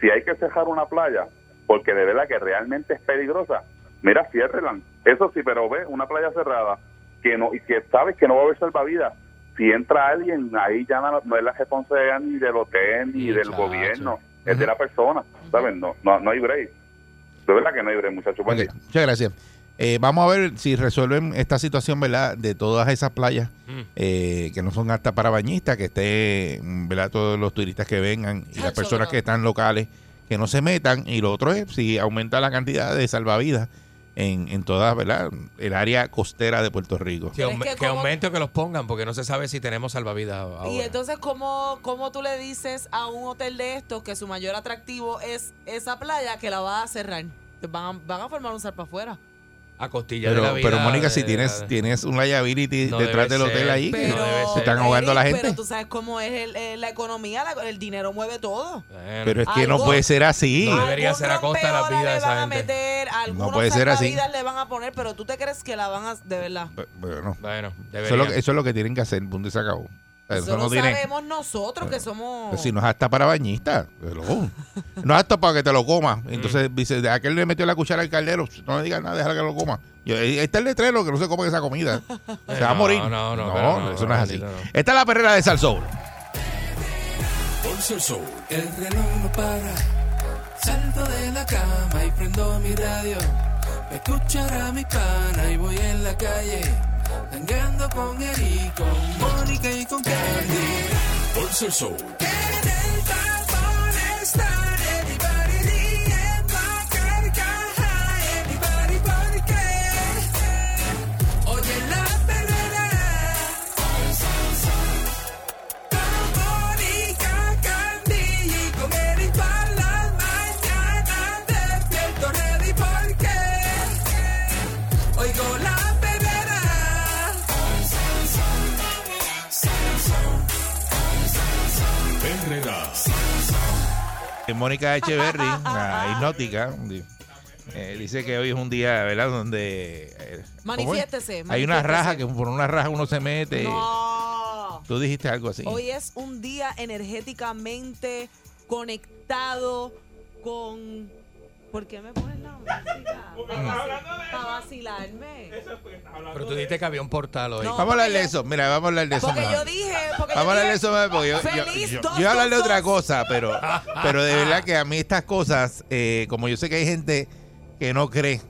si hay que cerrar una playa, porque de verdad que realmente es peligrosa, mira, ciérrela. Eso sí, pero ve, una playa cerrada, que no y que sabes que no va a haber salvavidas. Si entra alguien, ahí ya no, no es la responsabilidad ni del hotel, ni Sí, del chacho. gobierno, es de la persona, ¿sabes? No, no, no hay break. De verdad que no hay break, muchachos. Buen ok, día. muchas gracias. Eh, vamos a ver si resuelven esta situación, ¿verdad? De todas esas playas Mm. eh, que no son aptas para bañistas, que esté, mm, ¿verdad? Todos los turistas que vengan y las Chacho, personas bro. que están locales que no se metan. Y lo otro es si aumenta la cantidad de salvavidas en, en todas, ¿verdad? El área costera de Puerto Rico. Que, Pero es aume- que que como- aumente o que los pongan, porque no se sabe si tenemos salvavidas Ah, ahora. Y entonces, ¿cómo, ¿cómo tú le dices a un hotel de estos que su mayor atractivo es esa playa que la va a cerrar? Te Van a, van a formar un zarpa afuera. a costilla Pero, de la vida. pero Mónica, de- si de- tienes, de- tienes un liability No detrás debe del hotel ser, ahí, que pero- no- debe ser. se están ahogando a la Eric, gente. Pero tú sabes cómo es el- eh, la economía, la- el dinero mueve todo. Bueno, Pero es que no Algo- puede ser así. No debería Algún ser a costa de la rompeolas vida de le van esa a gente. meter, algunos puede ser así. salvavidas le van a poner, pero tú te crees que la van a... De verdad. Bueno, bueno, eso es, lo, deberían. que- eso es lo que tienen que hacer, punto y se acabó. Eso, Eso no lo tiene. sabemos nosotros que somos... pues si no es hasta para bañistas, pero, oh, no es hasta para que te lo comas. Entonces dice, aquel le metió la cuchara al caldero, no le digas nada, déjala que lo coma. Yo, "Eh, está el letrero que no se come esa comida. Se va a No, morir. no, no, pero no, eso no, no, es así. bendito, no. Esta es la perrera de Salsoul. Pulso el show. El reloj no para. Salto de la cama y prendo mi radio. Me escuchará mi pana y voy en la calle. Tangando con Eric, con Mónica y con Candy. Pulso el show. En el tapón está everybody riendo a carcaja. Everybody porque. Oye la perrera. Mónica Candy y con Eric para la mañana. Mónica Echeverry, la hipnótica, di- eh, dice que hoy es un día, ¿verdad? Donde. eh, ¿cómo es? Manifiéstese, Hay una manifiéstese. raja que por una raja uno se mete. No. Tú dijiste algo así. Hoy es un día energéticamente conectado con. ¿Por qué me pones la música? Para vacilarme. Pero tú dijiste que había un portal hoy. vamos a hablar de eso. Mira, vamos a hablar de eso. Porque más. yo dije. Vamos a Porque yo hablar dije, de eso más, porque yo, yo, Feliz yo- dos, yo iba a hablar de dos, otra cosa, pero, pero de verdad que a mí estas cosas, eh, como yo sé que hay gente que no cree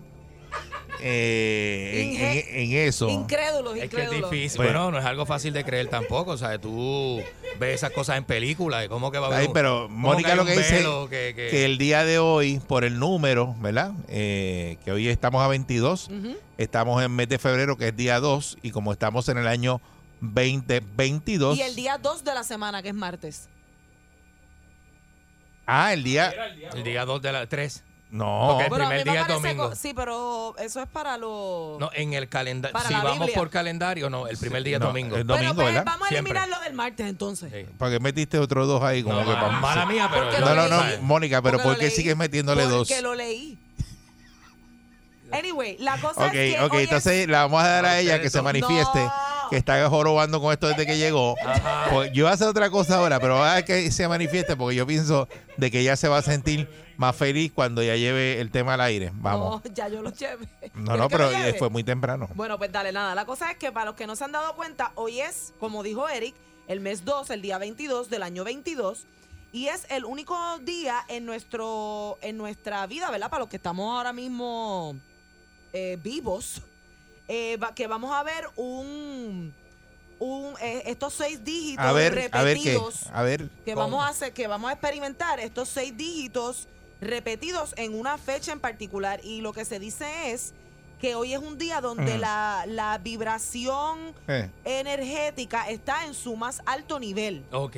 eh, en, en- en eso. Incrédulos, Es que es incrédulos. difícil. Bueno. Bueno, no es algo fácil de creer tampoco. O sea, tú ves esas cosas en películas. y ¿Cómo que va a haber Ay, un- pero cómo Mónica hay lo un que dice velo que, que- que- el día de hoy, por el número, ¿verdad? Eh, que hoy estamos a 22, Ujú. estamos en mes de febrero, que es día 2, y como estamos en el año 2022. Y el día 2 de la semana, que es martes. Ah, el día. El día 2 de las 3. No. Porque El Pero a mí primer me día es parece domingo. co- Sí, pero eso es para los. No, en el calendario. Para Si la vamos Biblia. por calendario, no. El primer día es No, domingo. es bueno, domingo, pues ¿verdad? vamos a Siempre. eliminarlo del martes entonces. Sí. ¿Para qué metiste otros dos ahí? Como No, que ma- para- mala mía, pero. Porque No, lo no, no, leí. Mónica, pero Porque ¿por lo qué leí. sigues metiéndole dos? Porque lo leí. Anyway, la cosa Ok, es que. ok, hoy es- entonces la vamos a dar a Ustedes ella que se dos. manifieste, No. que está jorobando con esto desde que llegó. Pues yo voy a hacer otra cosa ahora, pero voy a dejar que se manifieste porque yo pienso de que ella se va a sentir más feliz cuando ya lleve el tema al aire. Vamos. No, Oh, ya yo lo llevé. No, ¿Quieres no, que pero lo lleve? eh, fue muy temprano. Bueno, pues dale, nada. La cosa es que para los que no se han dado cuenta, hoy es, como dijo Eric, el mes 2, el día 22 del año 22. Y es el único día en, nuestro, en nuestra vida, ¿verdad? Para los que estamos ahora mismo eh, vivos, eh, va- que vamos a ver un, un eh, estos seis dígitos A ver, a ver qué. repetidos A ver. que ¿Cómo? vamos a hacer, que vamos a experimentar estos seis dígitos repetidos en una fecha en particular. Y lo que se dice es que hoy es un día donde Ujú. la, la vibración eh, energética está en su más alto nivel. Ok,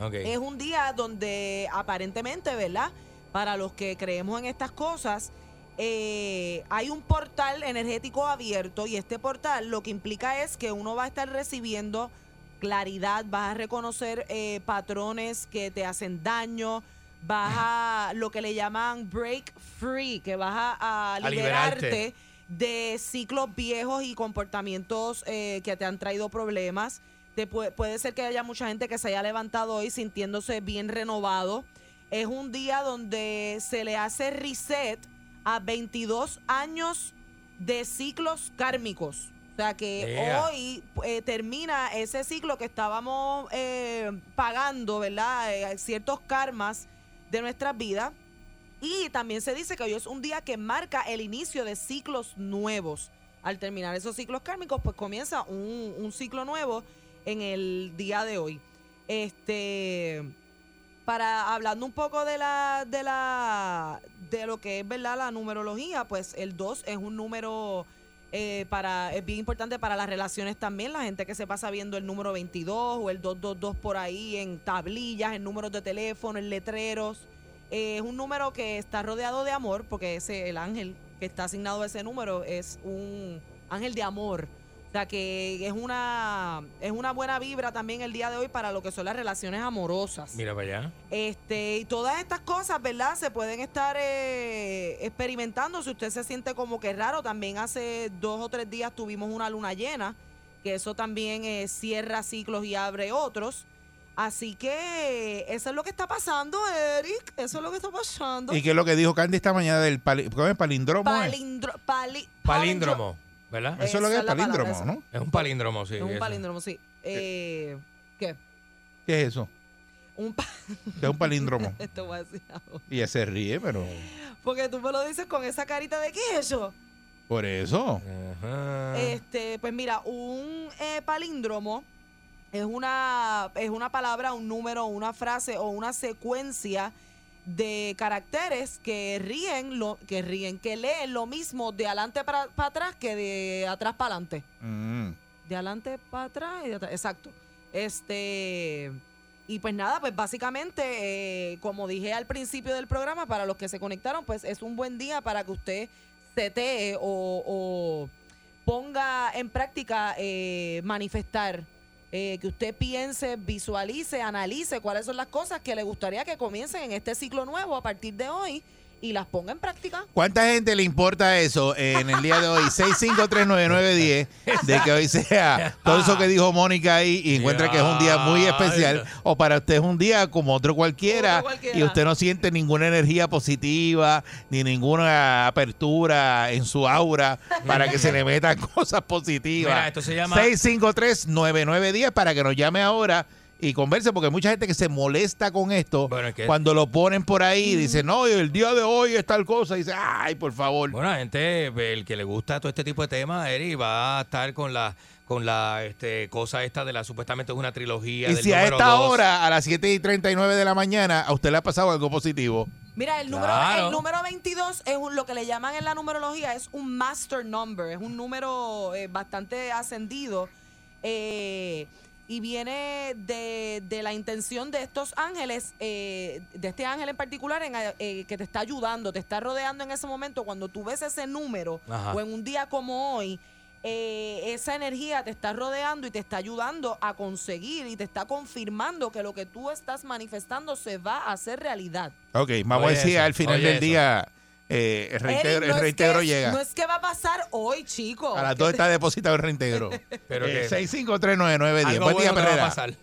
ok. Es un día donde aparentemente, ¿verdad? Para los que creemos en estas cosas, eh, hay un portal energético abierto y este portal lo que implica es que uno va a estar recibiendo claridad, vas a reconocer eh, patrones que te hacen daño, vas a lo que le llaman break free, que vas a, a A liberarte. liberarte de ciclos viejos y comportamientos eh, que te han traído problemas. Te pue- puede ser que haya mucha gente que se haya levantado hoy sintiéndose bien renovado. Es un día donde se le hace reset a 22 años de ciclos kármicos. O sea que Ea. hoy eh, termina ese ciclo que estábamos eh, pagando, ¿verdad? Eh, ciertos karmas de nuestras vidas. Y también se dice que hoy es un día que marca el inicio de ciclos nuevos. Al terminar esos ciclos kármicos, pues comienza un, un ciclo nuevo en el día de hoy. Este, para hablando un poco de la, de la, de lo que es verdad la numerología, pues el 2 es un número eh, para, es bien importante para las relaciones también. La gente que se pasa viendo el número 22 o el 222 por ahí en tablillas, en números de teléfono, en letreros. Eh, es un número que está rodeado de amor, porque ese, el ángel que está asignado a ese número es un ángel de amor. O sea que es una, es una buena vibra también el día de hoy para lo que son las relaciones amorosas. Mira para allá. Este, y todas estas cosas, ¿verdad? Se pueden estar eh, experimentando. Si usted se siente como que raro, también hace dos o tres días tuvimos una luna llena, que eso también eh, cierra ciclos y abre otros. Así que eh, eso es lo que está pasando, Eric. Eso es lo que está pasando. ¿Y qué es lo que dijo Candy esta mañana del pali- ¿cómo es? palindromo? eh? Palindro- pali- Palíndromo, ¿verdad? Eso es lo que es Esa es la palabra, palíndromo, eso. ¿no? Es un palíndromo, sí. Es un eso. palíndromo, sí. Eh, ¿Qué? ¿Qué es eso? Un pa- ¿Qué es un palíndromo? Esto voy a decir ahora. Y ella se ríe, pero Porque tú me lo dices con esa carita de ¿qué es eso? por eso. Ah. Ajá. Este, pues mira, un eh, palíndromo es una, es una palabra, un número, una frase o una secuencia de caracteres que ríen, lo, que ríen, que leen lo mismo de adelante para para atrás que de atrás para adelante. Mm. De adelante para atrás y de atrás. Exacto. Este. Y pues nada, pues básicamente, eh, como dije al principio del programa, para los que se conectaron, pues es un buen día para que usted setee o, o ponga en práctica eh, manifestar eh, que usted piense, visualice, analice cuáles son las cosas que le gustaría que comiencen en este ciclo nuevo a partir de hoy y las ponga en práctica. ¿Cuánta gente le importa eso eh, en el día de hoy? 6539910, de que hoy sea todo eso que dijo Mónica ahí y encuentra que es un día muy especial o para usted es un día como otro cualquiera, Otro cualquiera. y usted no siente ninguna energía positiva ni ninguna apertura en su aura para que se le metan cosas positivas. Mira, esto se llama- 6539910 para que nos llame ahora. Y converse, porque hay mucha gente que se molesta con esto que- cuando lo ponen por ahí y dicen, no, el día de hoy es tal cosa. Y dice, "Ah, ay, por favor. Bueno, la gente, el que le gusta todo este tipo de temas, Eri, va a estar con la con la este, cosa esta de la supuestamente es una trilogía. Y del si a número esta dos. hora, a las 7 y 39 de la mañana, a usted le ha pasado algo positivo. Mira, el número, Claro. el número 22 es un- lo que le llaman en la numerología, es un master number, es un número eh, bastante ascendido eh, y viene de, de la intención de estos ángeles, eh, de este ángel en particular, en, eh, que te está ayudando, te está rodeando en ese momento. Cuando tú ves ese número Ajá. o en un día como hoy, eh, esa energía te está rodeando y te está ayudando a conseguir y te está confirmando que lo que tú estás manifestando se va a hacer realidad. Ok, vamos Oye a decir eso, al final oye del eso. día, eh, el reintegro, Eric, no el es reintegro que- llega. No es que va a pasar hoy, chicos. a las 2 está depositado el reintegro. Pero Eh, que- 6539910. Algo Buen bueno día, te va a Perrera. pasar.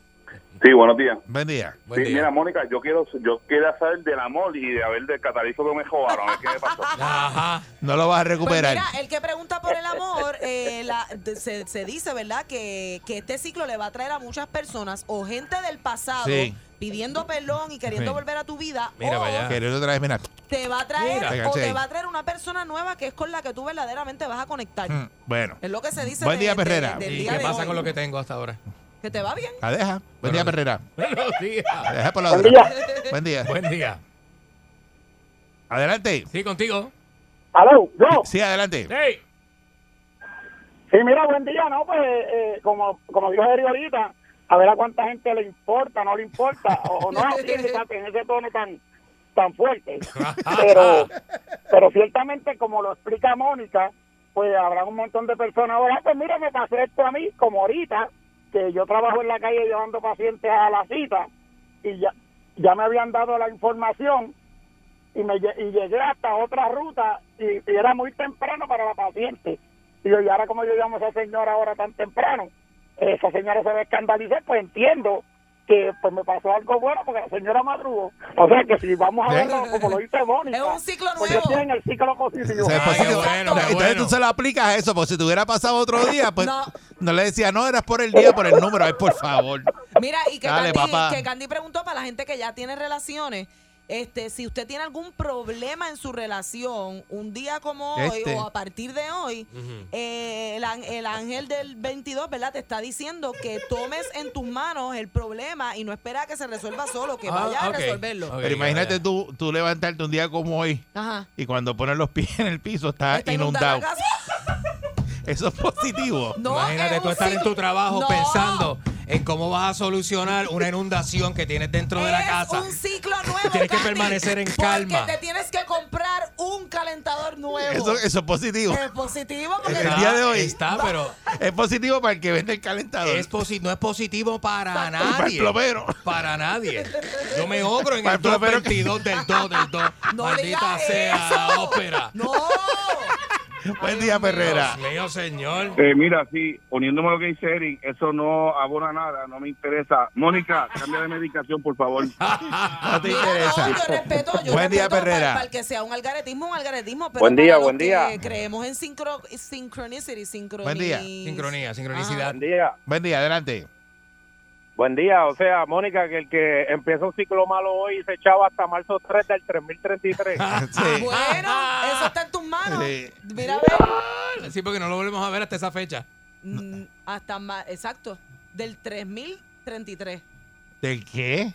Sí, buenos días. Buen día. Sí, mira, Mónica, yo quiero yo quería saber del amor y de haber del catalizo que me jodaron. A ver qué me pasó. Ajá. No lo vas a Pues recuperar. mira, el que pregunta por el amor, eh, la- de- se, se dice, ¿verdad? Que, que este ciclo le va a traer a muchas personas o gente del pasado Sí. pidiendo perdón y queriendo Sí. volver a tu vida. Mira, o vaya. Querido otra vez, mira. te va a traer Mira. o te Ahí. va a traer una persona nueva que es con la que tú verdaderamente vas a conectar. Mm, Bueno. Es lo que se dice Buen de- día, de- Perrera. del ¿Y día qué de pasa hoy. con lo que tengo hasta ahora? Que te va bien. La deja. Buen día, Perrera. Buenos días. Deja por la Buen otra. día. Buen día. Buen día. Adelante. Sí, contigo. Aló, yo. Sí, adelante. Sí, mira, buen día, ¿no? Pues, eh, como, como dijo Jerry ahorita, a ver a cuánta gente le importa, no le importa, o, o no atiende en ese tono tan, tan fuerte. Pero, pero ciertamente, como lo explica Mónica, pues habrá un montón de personas. Ahora, pues mira, me pasó esto a mí, como ahorita, que yo trabajo en la calle llevando pacientes a la cita, y ya, ya me habían dado la información, y, me, lle- y llegué hasta otra ruta, y, y era muy temprano para la paciente. Y yo, y ahora como yo llamo a esa señora ahora tan temprano, Eh, esa señora se va a escandalizar, pues entiendo que pues me pasó algo bueno porque la señora madrugó. O sea que si vamos a ¿Eh? verlo como lo dice Mónica, es un ciclo pues yo estoy en el ciclo positivo. Eso es positivo. Entonces tú se lo aplicas a eso, porque si te hubiera pasado otro día, pues no, le decía, no, eras por el día, por el número. Ay, por favor. Mira, y que, Dale, Candy, papá. que Candy preguntó para la gente que ya tiene relaciones. Este, si usted tiene algún problema en su relación, un día como hoy Este. o a partir de hoy, Ujú. eh, el, an- el ángel del 22, ¿verdad? Te está diciendo que tomes en tus manos el problema y no espera que se resuelva solo, que vaya Ah, ok. a resolverlo. Pero imagínate tú, tú levantarte un día como hoy Ajá. y cuando pones los pies en el piso está, Ah, inundado. Nunca hagas- Eso es positivo. Imagínate tú estar en tu trabajo eh, No. pensando en cómo vas a solucionar una inundación que tienes dentro de la casa. un ciclo nuevo. Tienes que Candy, permanecer en porque calma. te tienes que comprar un calentador nuevo. Eso, eso es positivo. Es positivo porque el día de hoy está, pero es positivo para el que vende el calentador. Es posi- no es positivo para nadie. Para el plomero. Para nadie. Yo me ogro en Para el el plomero 22 del 2 del 2. No Maldita digas sea la eso. ópera. Buen día, Perrera. Dios mío, señor. Eh, mira, sí, poniéndome lo que dice Eric, eso no abona nada, no me interesa. Mónica, cambia de medicación, por favor. no te interesa. Yo Buen día, respeto para- Perrera. Para, el que sea un algaretismo, un algaretismo. Pero Buen día, para los buen que día. Creemos en sincro, sincronicity, sincroni- Buen día. Ah, Sincronía, sincronicidad. Buen día. Buen día, adelante. Buen día, o sea, Mónica, que el que empieza un ciclo malo hoy se echaba hasta marzo 3 del 3033. Ah, Bueno, eso está en tus manos. Sí. Mira, a ver, Sí, porque no lo volvemos a ver hasta esa fecha. mm, hasta más, exacto, del 3033. ¿Del qué?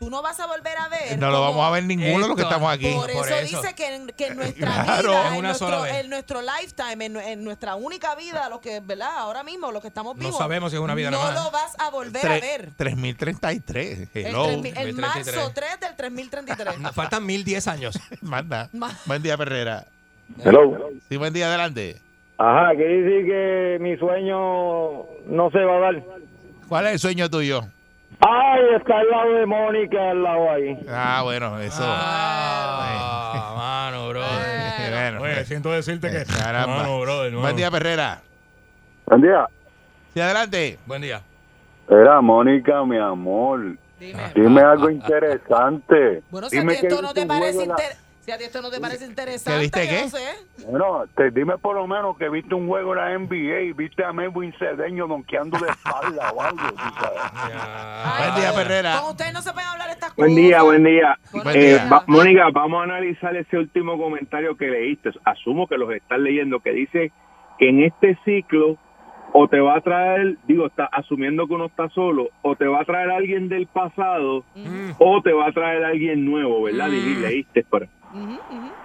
Tú no vas a volver a ver. No lo cómo- vamos a ver ninguno de los que Esto- estamos aquí. Por, eso, dice que en, que en nuestra Claro. vida, Es en una nuestro, sola vez. en nuestro lifetime, en, en nuestra única vida, lo que, ¿verdad? Ahora mismo, lo que estamos No vivos. sabemos si es una vida No nada más. lo vas a volver a ver. 3033. El, Hello. 3000 el marzo 3 del 3033. Faltan 1010 años. Manda. Ma- Buen día, Perrera. Hello. Sí, buen día, adelante. Ajá, que dice que mi sueño no se va a dar. ¿Cuál es el sueño tuyo? Ay, está al lado de Mónica, al lado ahí. Ah, bueno, eso. Ah, mano, bro. Bueno, Oye, siento decirte que. caramba. Mano, brother, Buen mano. día, Perrera. Buen día. Sí, adelante. Buen día. Era Mónica, mi amor. Dime, algo interesante. Bueno, si a ti dime esto no te viste un parece juego en la- inter- si a ti esto no te parece interesante, viste yo qué? no sé. Bueno, te dime por lo menos que viste un juego en la NBA y viste a Melvin Cedeño donkeando de espalda o algo. tú sabes. Buen día, Perrera. Buen día, buen día. Buen Eh, día. va- Mónica, vamos a analizar ese último comentario que leíste. Asumo que los estás leyendo, que dice que en este ciclo o te va a traer, digo, está asumiendo que uno está solo, o te va a traer alguien del pasado, o te va a traer alguien nuevo, Mm. ¿verdad? Y leíste. pero-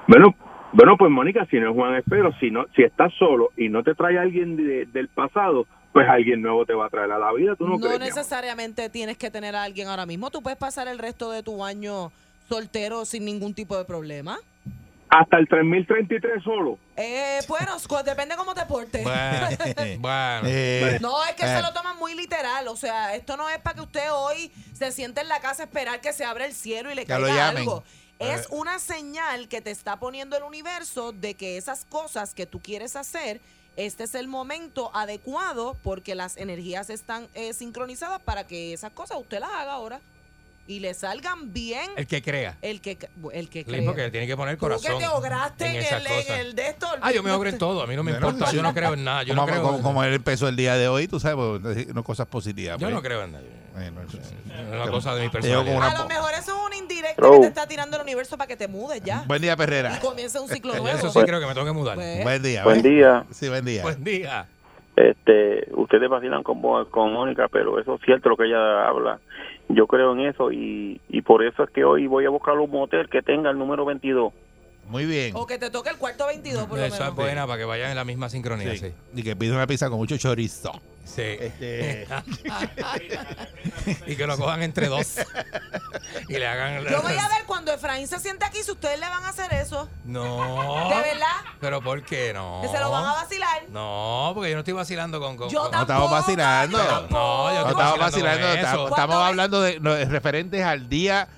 Bueno, bueno, pues Mónica, si no es Juan Espero, si no, si estás solo y no te trae alguien de- del pasado, pues alguien nuevo te va a traer a la vida, ¿tú no, No, crees? mi amor? necesariamente tienes que tener a alguien ahora mismo. Tú puedes pasar el resto de tu año soltero sin ningún tipo de problema. Hasta el 3033 solo. Eh, bueno, cu- depende cómo te portes. bueno. Eh, No, es que se Bueno. lo toman muy literal. O sea, esto no es para que usted hoy se siente en la casa a esperar que se abra el cielo y le Que lo caiga llamen. algo. Eh. Es una señal que te está poniendo el universo de que esas cosas que tú quieres hacer, este es el momento adecuado porque las energías están eh, sincronizadas para que esas cosas usted las haga ahora y le salgan bien El que crea. el que, el que Sí, crea. porque tiene que poner Tú corazón. que te ograste en, esas el, en cosas. el de esto. Ah, yo me ogré en todo. A mí no me Bueno, pues, importa. Yo no creo en nada. Yo no como, creo como- como él empezó el día de hoy, tú sabes, pues, decir unas cosas positivas. Yo pues. no creo en nada. Bueno, eso- Es una cosa de mi Te personalidad. llevo con una A lo po- mejor eso es un indirecto Bro. que te está tirando el universo para que te mudes ya. Buen día, Perrera. Y comienza un ciclo Yo nuevo. eso sí creo que me tengo que mudar. Pues. Buen día. Buen buen- día. Sí, buen día. Buen día. Este, ustedes vacilan con, Mo- con Mónica, pero eso es cierto lo que ella habla. Yo creo en eso y, y por eso es que hoy voy a buscar un motel que tenga el número 22. Muy bien. Oh, O que te toque el cuarto 22, por lo Eso menos. es buena para que vayan en la misma sincronía. Sí. Y que pide una pizza con mucho chorizo. Sí. Este- y que lo cojan entre dos. y le hagan. Yo voy a ver cuando Efraín se siente aquí si ustedes le van a hacer eso. No. ¿De verdad? ¿Pero por qué no? Que se lo van Oh. a vacilar. No, porque yo no estoy vacilando con. con- Yo con- No estamos vacilando. No, yo No estoy vacilando estamos vacilando. con eso. Estamos, estamos hablando de no, referentes al día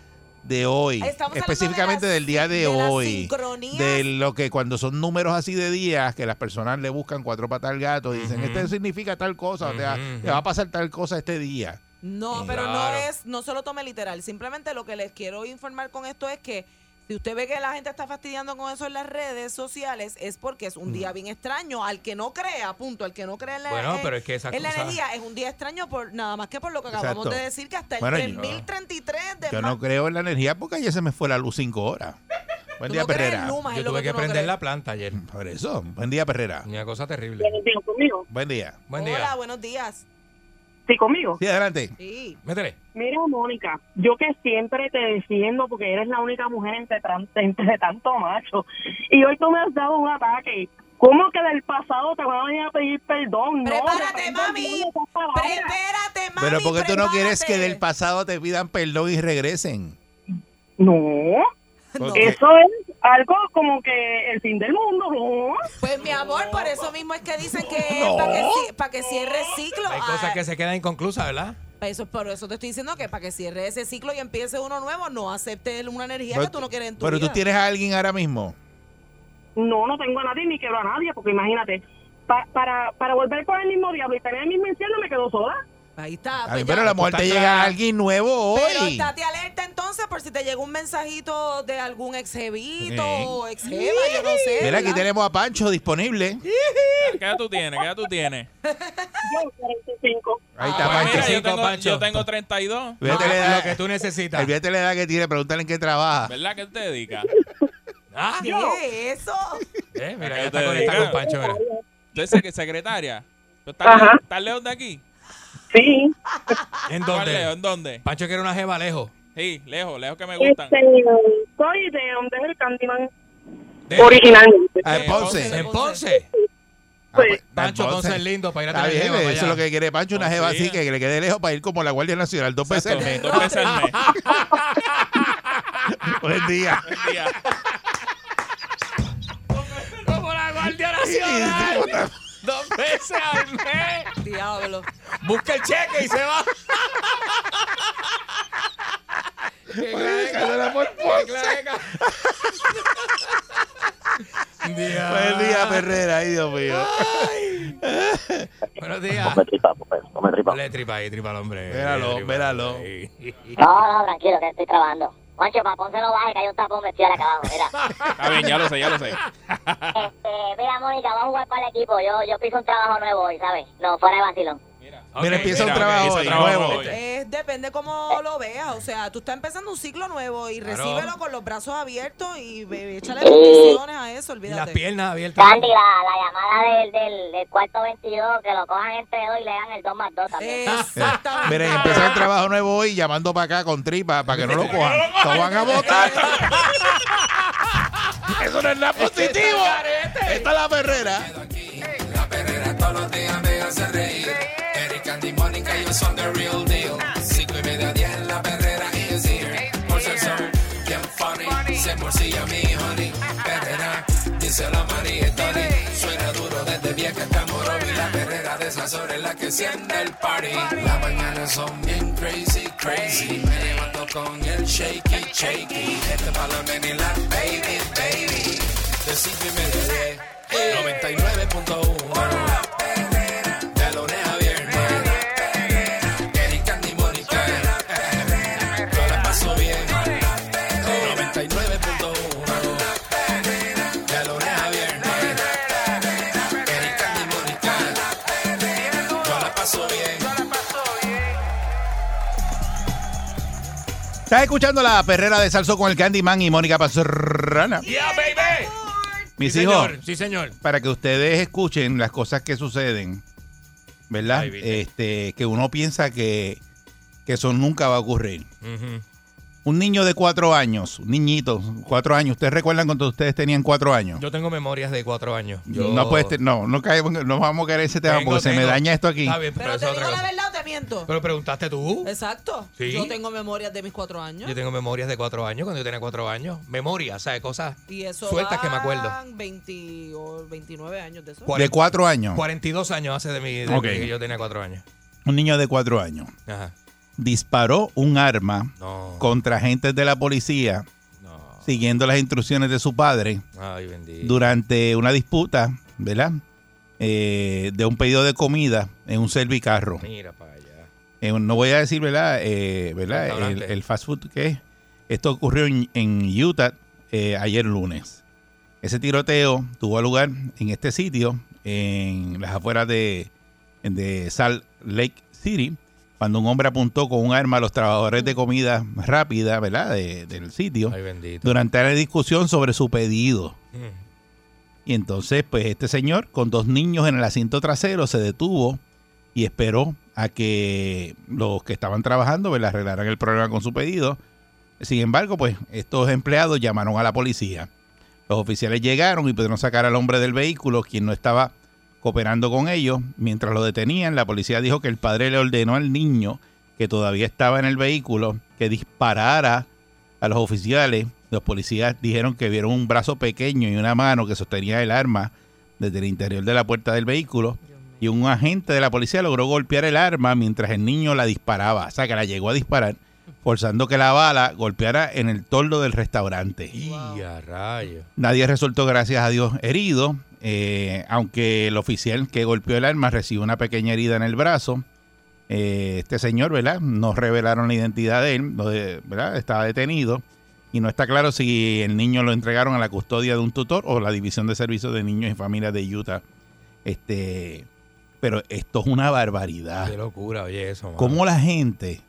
de hoy. Estamos hablando específicamente del día de, de las hoy. sincronías. De lo que cuando son números así de días, que las personas le buscan cuatro patas al gato y dicen, Ujú. este significa tal cosa, o sea, Ujú, ujú. le va a pasar tal cosa este día. No, pero Claro. no es, no se lo tome literal. Simplemente lo que les quiero informar con esto es que si usted ve que la gente está fastidiando con eso en las redes sociales, es porque es un Mm. día bien extraño. Al que no crea, punto, al que no crea en la, Bueno, en- pero es que esas en la cosas- energía, es un día extraño por nada más que por lo que acabamos Exacto. de decir, que hasta el Bueno, yo- 3033 de Yo ma- no creo en la energía porque ayer se me fue la luz cinco horas. Buen Tú día, no crees en Perrera. Luma, es Yo lo tuve que que tú no prender crees. la planta ayer. Por eso. Buen día, Perrera. Una cosa terrible. conmigo. Buen día. Buen día. Hola, buenos días. Sí, conmigo. Sí, adelante. Sí. Métele. Mira, Mónica, yo que siempre te defiendo porque eres la única mujer entre, tran- entre tanto macho. Y hoy tú me has dado un ataque. ¿Cómo que del pasado te van a venir a pedir perdón? Prepárate, no, mami. Prepárate, Pero porque tú no quieres que del pasado te pidan perdón y regresen. No. Porque- Eso es algo como que el fin del mundo, ¿no? Pues mi amor, por eso mismo es que dicen que es No. para que, ci- pa' que cierre ciclo. Hay Ah, cosas que se quedan inconclusas, ¿verdad? Eso, por eso te estoy diciendo que para que cierre ese ciclo y empiece uno nuevo, no aceptes una energía Pero que tú no quieres en tu Pero vida. tú tienes a alguien ahora mismo. No, no tengo a nadie ni quiero a nadie porque imagínate, pa- para, para volver con el mismo diablo y tener el mismo infierno me quedo sola. Ahí está. Ay, pero la muerte llega a alguien nuevo Ah, pues Pero hoy. estate alerta entonces por si te llega un mensajito de algún exjevito Sí. o exjeva, yo no sé. Mira, aquí ¿verdad? tenemos a Pancho disponible. ¿Qué edad tú tienes? ¿Qué edad tú tienes? Yo, 45. Ahí está Pues Pancho. mira, yo tengo, Pancho. yo tengo 32. Olvídate la edad- tú necesitas. Olvídate la edad que tiene, pregúntale en qué trabaja. ¿Verdad que tú te dedicas? Ah. ¿Qué es eso? Eh, mira, ¿A ya qué está te conectado con dedicas? Pancho, mira. ¿Tú eres sec- secretaria? ¿Tú estás, Ajá. lejos- estás lejos de aquí? Sí. ¿En ¿Cuál lejos? dónde? ¿En dónde? Pancho quiere una jeva lejos. Sí, lejos, lejos que me gustan. Este, soy de donde es el Candyman. De- Originalmente. Ah, en Ponce. En Ponce. Ah, Pues, Pancho Ponce. Ponce es lindo para ir a Está tener bien, jeva para eso es allá. lo que quiere Pancho, una jeva así que le quede lejos para ir como la Guardia Nacional dos veces al mes. Dos veces al mes. Buen día. Como la Guardia Nacional. Dos veces al mes. Diablo. Busca el cheque y se va. Ah. Buen día, Perrera. Ay, Dios mío. Buenos días. Le tripa ahí, tripa al hombre. Véralo, véralo. No, no, no, tranquilo, que estoy trabajando. Mancho, para Ponce no baje, que hay un tapón bestial acá abajo, mira. Está bien, ya lo sé, ya lo sé. Eh, mira, Mónica, vamos a jugar para el equipo. Yo, yo piso un trabajo nuevo hoy, ¿sabes? No, fuera de vacilón. Mira, empieza un mira, trabajo empieza hoy, trabajo nuevo. hoy. Es, depende cómo lo veas. O sea, tú estás empezando un ciclo nuevo y Claro. recíbelo con los brazos abiertos y be- échale bendiciones a eso, Y las olvídate. piernas abiertas. Candy, la, la llamada del, del, del cuarto 22, que lo cojan entre dos y le dan el 2 más 2 también. Miren, empezar un trabajo nuevo hoy llamando para acá con tripa para que no lo cojan. Lo van a votar. Eso no es nada Este positivo. Esta es la perrera. todos los días me hacen reír. Eric, Andy, Mónica, ellos son the real deal. Cinco y media, diez en la perrera is here. Por ser son bien funny, se morcilla mi honey. Perrera, díselo a María y Tony. Suena duro desde vieja hasta morobi. La perrera de esas horas es la que enciende el party. Las mañanas son bien crazy, crazy. Me levanto con el shaky, shaky. Este es para la men y la baby, baby. De cinco y media, diez. 99.1 de lunes a viernes. Eric, Candy, Mónica. Yo la paso bien. 99.1 de lunes a viernes. Eric, Candy, Mónica. Yo la paso bien. Estás escuchando la perrera de Salso con el Candyman y Mónica Pazurrana. Yeah, baby. Mis sí, hijos, Señor, sí, señor. para que ustedes escuchen las cosas que suceden, ¿verdad? este, que uno piensa que, que eso nunca va a ocurrir. Un niño de cuatro años, un niñito, cuatro años. ¿Ustedes recuerdan cuando ustedes tenían cuatro años? Yo tengo memorias de cuatro años. No puedes, te- no, no, caemos- no vamos a caer en ese tema Tengo, porque se me tengo. daña esto aquí. Está bien, pero, Pero eso es te otra digo la cosa. verdad o te miento. Pero preguntaste tú. Exacto. Sí. Yo tengo memorias de mis cuatro años. Yo tengo memorias de cuatro años, cuando yo tenía cuatro años. Memorias, ¿sabes? Cosas Y eso sueltas que me acuerdo. van 20 o 29 años de eso. De cuatro años. 42 años hace de mi de Ok. que yo tenía cuatro años. Un niño de cuatro años Ajá. disparó un arma No. contra agentes de la policía siguiendo las instrucciones de su padre Ay, bendito. durante una disputa, ¿verdad? Eh, de un pedido de comida en un servicarro. Mira para allá. Eh, no voy a decir, ¿verdad? Eh, ¿verdad? El, Restaurante. el fast food que es. Esto ocurrió en, en Utah eh, ayer lunes. Ese tiroteo tuvo lugar en este sitio, en las afueras de, de Salt Lake City, cuando un hombre apuntó con un arma a los trabajadores de comida rápida, ¿verdad? De- del sitio. Ay, bendito. Durante la discusión sobre su pedido. Mm. Y entonces, pues este señor con dos niños en el asiento trasero se detuvo y esperó a que los que estaban trabajando pues, le arreglaran el problema con su pedido. Sin embargo, pues estos empleados llamaron a la policía. Los oficiales llegaron y pudieron sacar al hombre del vehículo, quien no estaba cooperando con ellos. Mientras lo detenían, la policía dijo que el padre le ordenó al niño, que todavía estaba en el vehículo, que disparara a los oficiales. Los policías dijeron que vieron un brazo pequeño y una mano que sostenía el arma desde el interior de la puerta del vehículo. Y un agente de la policía logró golpear el arma mientras el niño la disparaba. O sea, que la llegó a disparar, forzando que la bala golpeara en el toldo del restaurante. Y a rayo. Nadie resultó, gracias a Dios, herido, eh, aunque el oficial que golpeó el arma recibió una pequeña herida en el brazo. Eh, este señor, ¿verdad? No revelaron la identidad de él, lo de- ¿verdad? Estaba detenido y no está claro si el niño lo entregaron a la custodia de un tutor o la División de Servicios de Niños y Familias de Utah. Este, pero esto es una barbaridad. Qué locura, oye, eso. mano. ¿Cómo la gente?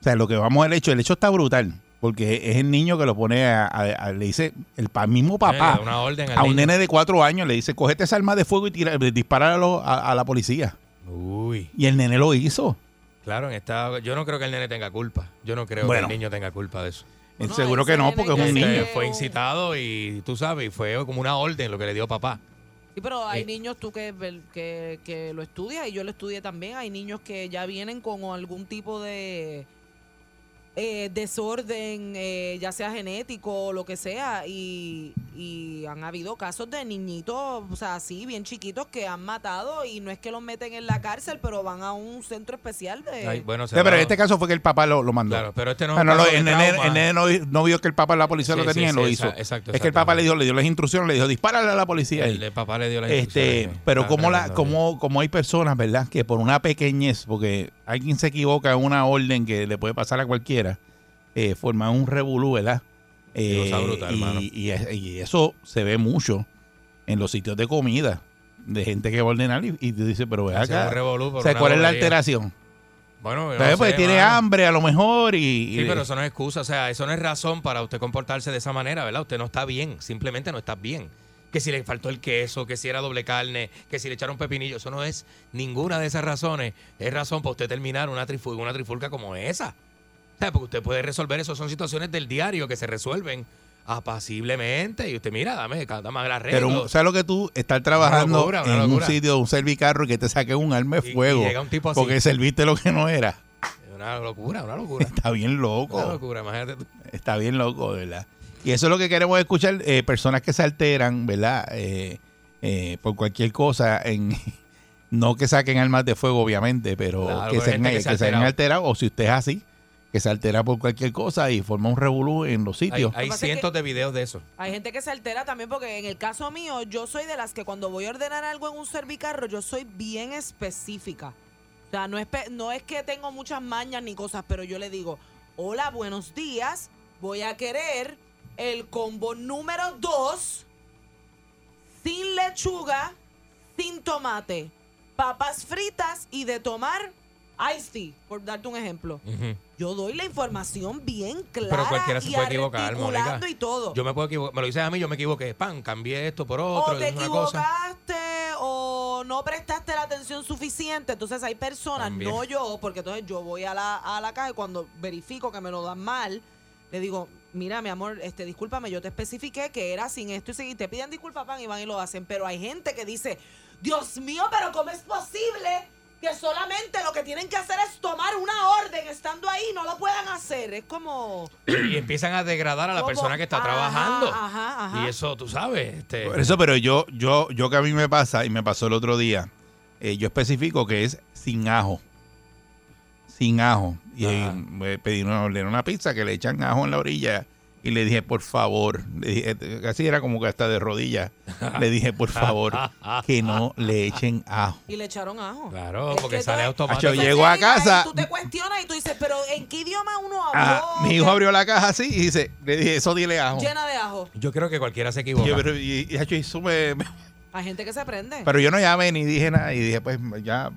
O sea, lo que vamos al hecho, el hecho está brutal, porque es el niño que lo pone a, a- a- le dice, el pa- mismo le da papá, Eh, una orden al a un niño. nene de cuatro años le dice, cogete esa arma de fuego y tira, dispara a, los- a- a la policía. Uy. Y el nene lo hizo. Claro, en esta, yo no creo que el nene tenga culpa. Yo no creo Bueno. que el niño tenga culpa de eso. Eh, seguro que no, porque es un Este, niño. Fue incitado y tú sabes, y fue como una orden lo que le dio papá. Sí, pero hay niños tú que, ver- que, que lo estudias y yo lo estudié también. Hay niños que ya vienen con algún tipo de eh, desorden, eh, ya sea genético o lo que sea, y, y han habido casos de niñitos, o sea, así, bien chiquitos que han matado y no es que los meten en la cárcel, pero van a un centro especial de... Ay, bueno, Sí, pero en este caso fue que el papá lo, lo mandó. Claro, pero este no es Ah, un lo- caso de el, nene, trauma. el nene no, no vio que el papá la policía Sí, lo sí, tenía sí, y lo esa- hizo. exacto, es que el papá le dio, le dio las instrucciones, le dijo, dispárale a la policía. El, ahí". el papá le dio la Ah, Este, pero Está como la, tremendo, como, como hay personas, ¿verdad? Que por una pequeñez, porque alguien se equivoca en una orden que le puede pasar a cualquiera, eh, forman un revolú, ¿verdad? Digo, Eh, está brutal, hermano. y, y- y eso se ve mucho en los sitios de comida, de gente que va a ordenar y, y dice, pero ve Hace acá. un revolú por o sea, una ¿cuál es la bobería. alteración? Bueno, yo Tal vez no porque sé, tiene mano. hambre a lo mejor y... Sí, y- pero eso no es excusa, o sea, eso no es razón para usted comportarse de esa manera, ¿verdad? Usted no está bien, simplemente no está bien. Que si le faltó el queso, que si era doble carne, que si le echaron pepinillo, eso no es ninguna de esas razones. Es razón para usted terminar una, trifu- una trifulca como esa. O sea, porque usted puede resolver eso, son situaciones del diario que se resuelven apaciblemente. Y usted, mira, dame, ca- dame la regla. Pero, un- ¿sabes lo que tú? Estar trabajando locura, una en un locura. sitio, un servicarro y que te saque un arma de fuego. llega un tipo así. porque serviste lo que no era. Una locura, una locura. Está bien loco. Una locura, imagínate tú. Está bien loco, de ¿verdad? Y eso es lo que queremos escuchar, eh, personas que se alteran, ¿verdad? Eh, eh, por cualquier cosa, en no que saquen armas de fuego, obviamente, pero Claro, que, hay se hayan gente que se ha alterado. alterado, o si usted es así, que se altera por cualquier cosa y forma un revolú en los Hay, sitios. hay cientos de videos de eso. Hay gente que se altera también porque en el caso mío yo soy de las que cuando voy a ordenar algo en un servicarro yo soy bien específica. O sea, no es, pe- no es que tengo muchas mañas ni cosas, pero yo le digo, hola, buenos días, voy a querer el combo número 2 sin lechuga, sin tomate, papas fritas y de tomar iced tea, por darte un ejemplo. Yo doy la información bien clara Pero cualquiera se y puede equivocar, Mónica. articulando y todo. Yo me puedo equivocar. Me lo dices a mí, yo me equivoqué. Pan, cambié esto por otro. o te es una cosa. equivocaste o no prestaste la atención suficiente. Entonces hay personas, También. no yo, porque entonces yo voy a la, a la caja y cuando verifico que me lo dan mal, le digo, mira mi amor, este discúlpame, yo te especifiqué que era sin esto y sin- y te piden disculpa, pan, y van y lo hacen. Pero hay gente que dice, Dios mío, pero ¿cómo es posible? Que solamente lo que tienen que hacer es tomar una orden estando ahí, no lo puedan hacer. Es como. Y empiezan a degradar a la ¿Cómo? persona que está Ajá, trabajando. ajá, ajá. Y eso, tú sabes. Este, Por eso, pero yo, yo, yo que a mí me pasa, y me pasó el otro día, eh, yo especifico que es sin ajo. Sin ajo. Y eh, me pedí una, ordené una pizza que le echan ajo en la orilla. Y le dije, por favor, le dije, eh, casi era como que hasta de rodillas. Le dije, por favor, que no le echen ajo. Y le echaron ajo. Claro, Es porque que sale automático. Acho, llego a casa, Tú te cuestionas y tú dices, pero ¿en qué idioma uno habla? ah, mi hijo abrió la caja así y dice, le dije, eso dile ajo. Llena de ajo. Yo creo que cualquiera se equivoca. Yo, pero, y- y, acho, eso me- me, Hay gente que se prende. Pero yo no llamé ni dije nada y dije, pues ya,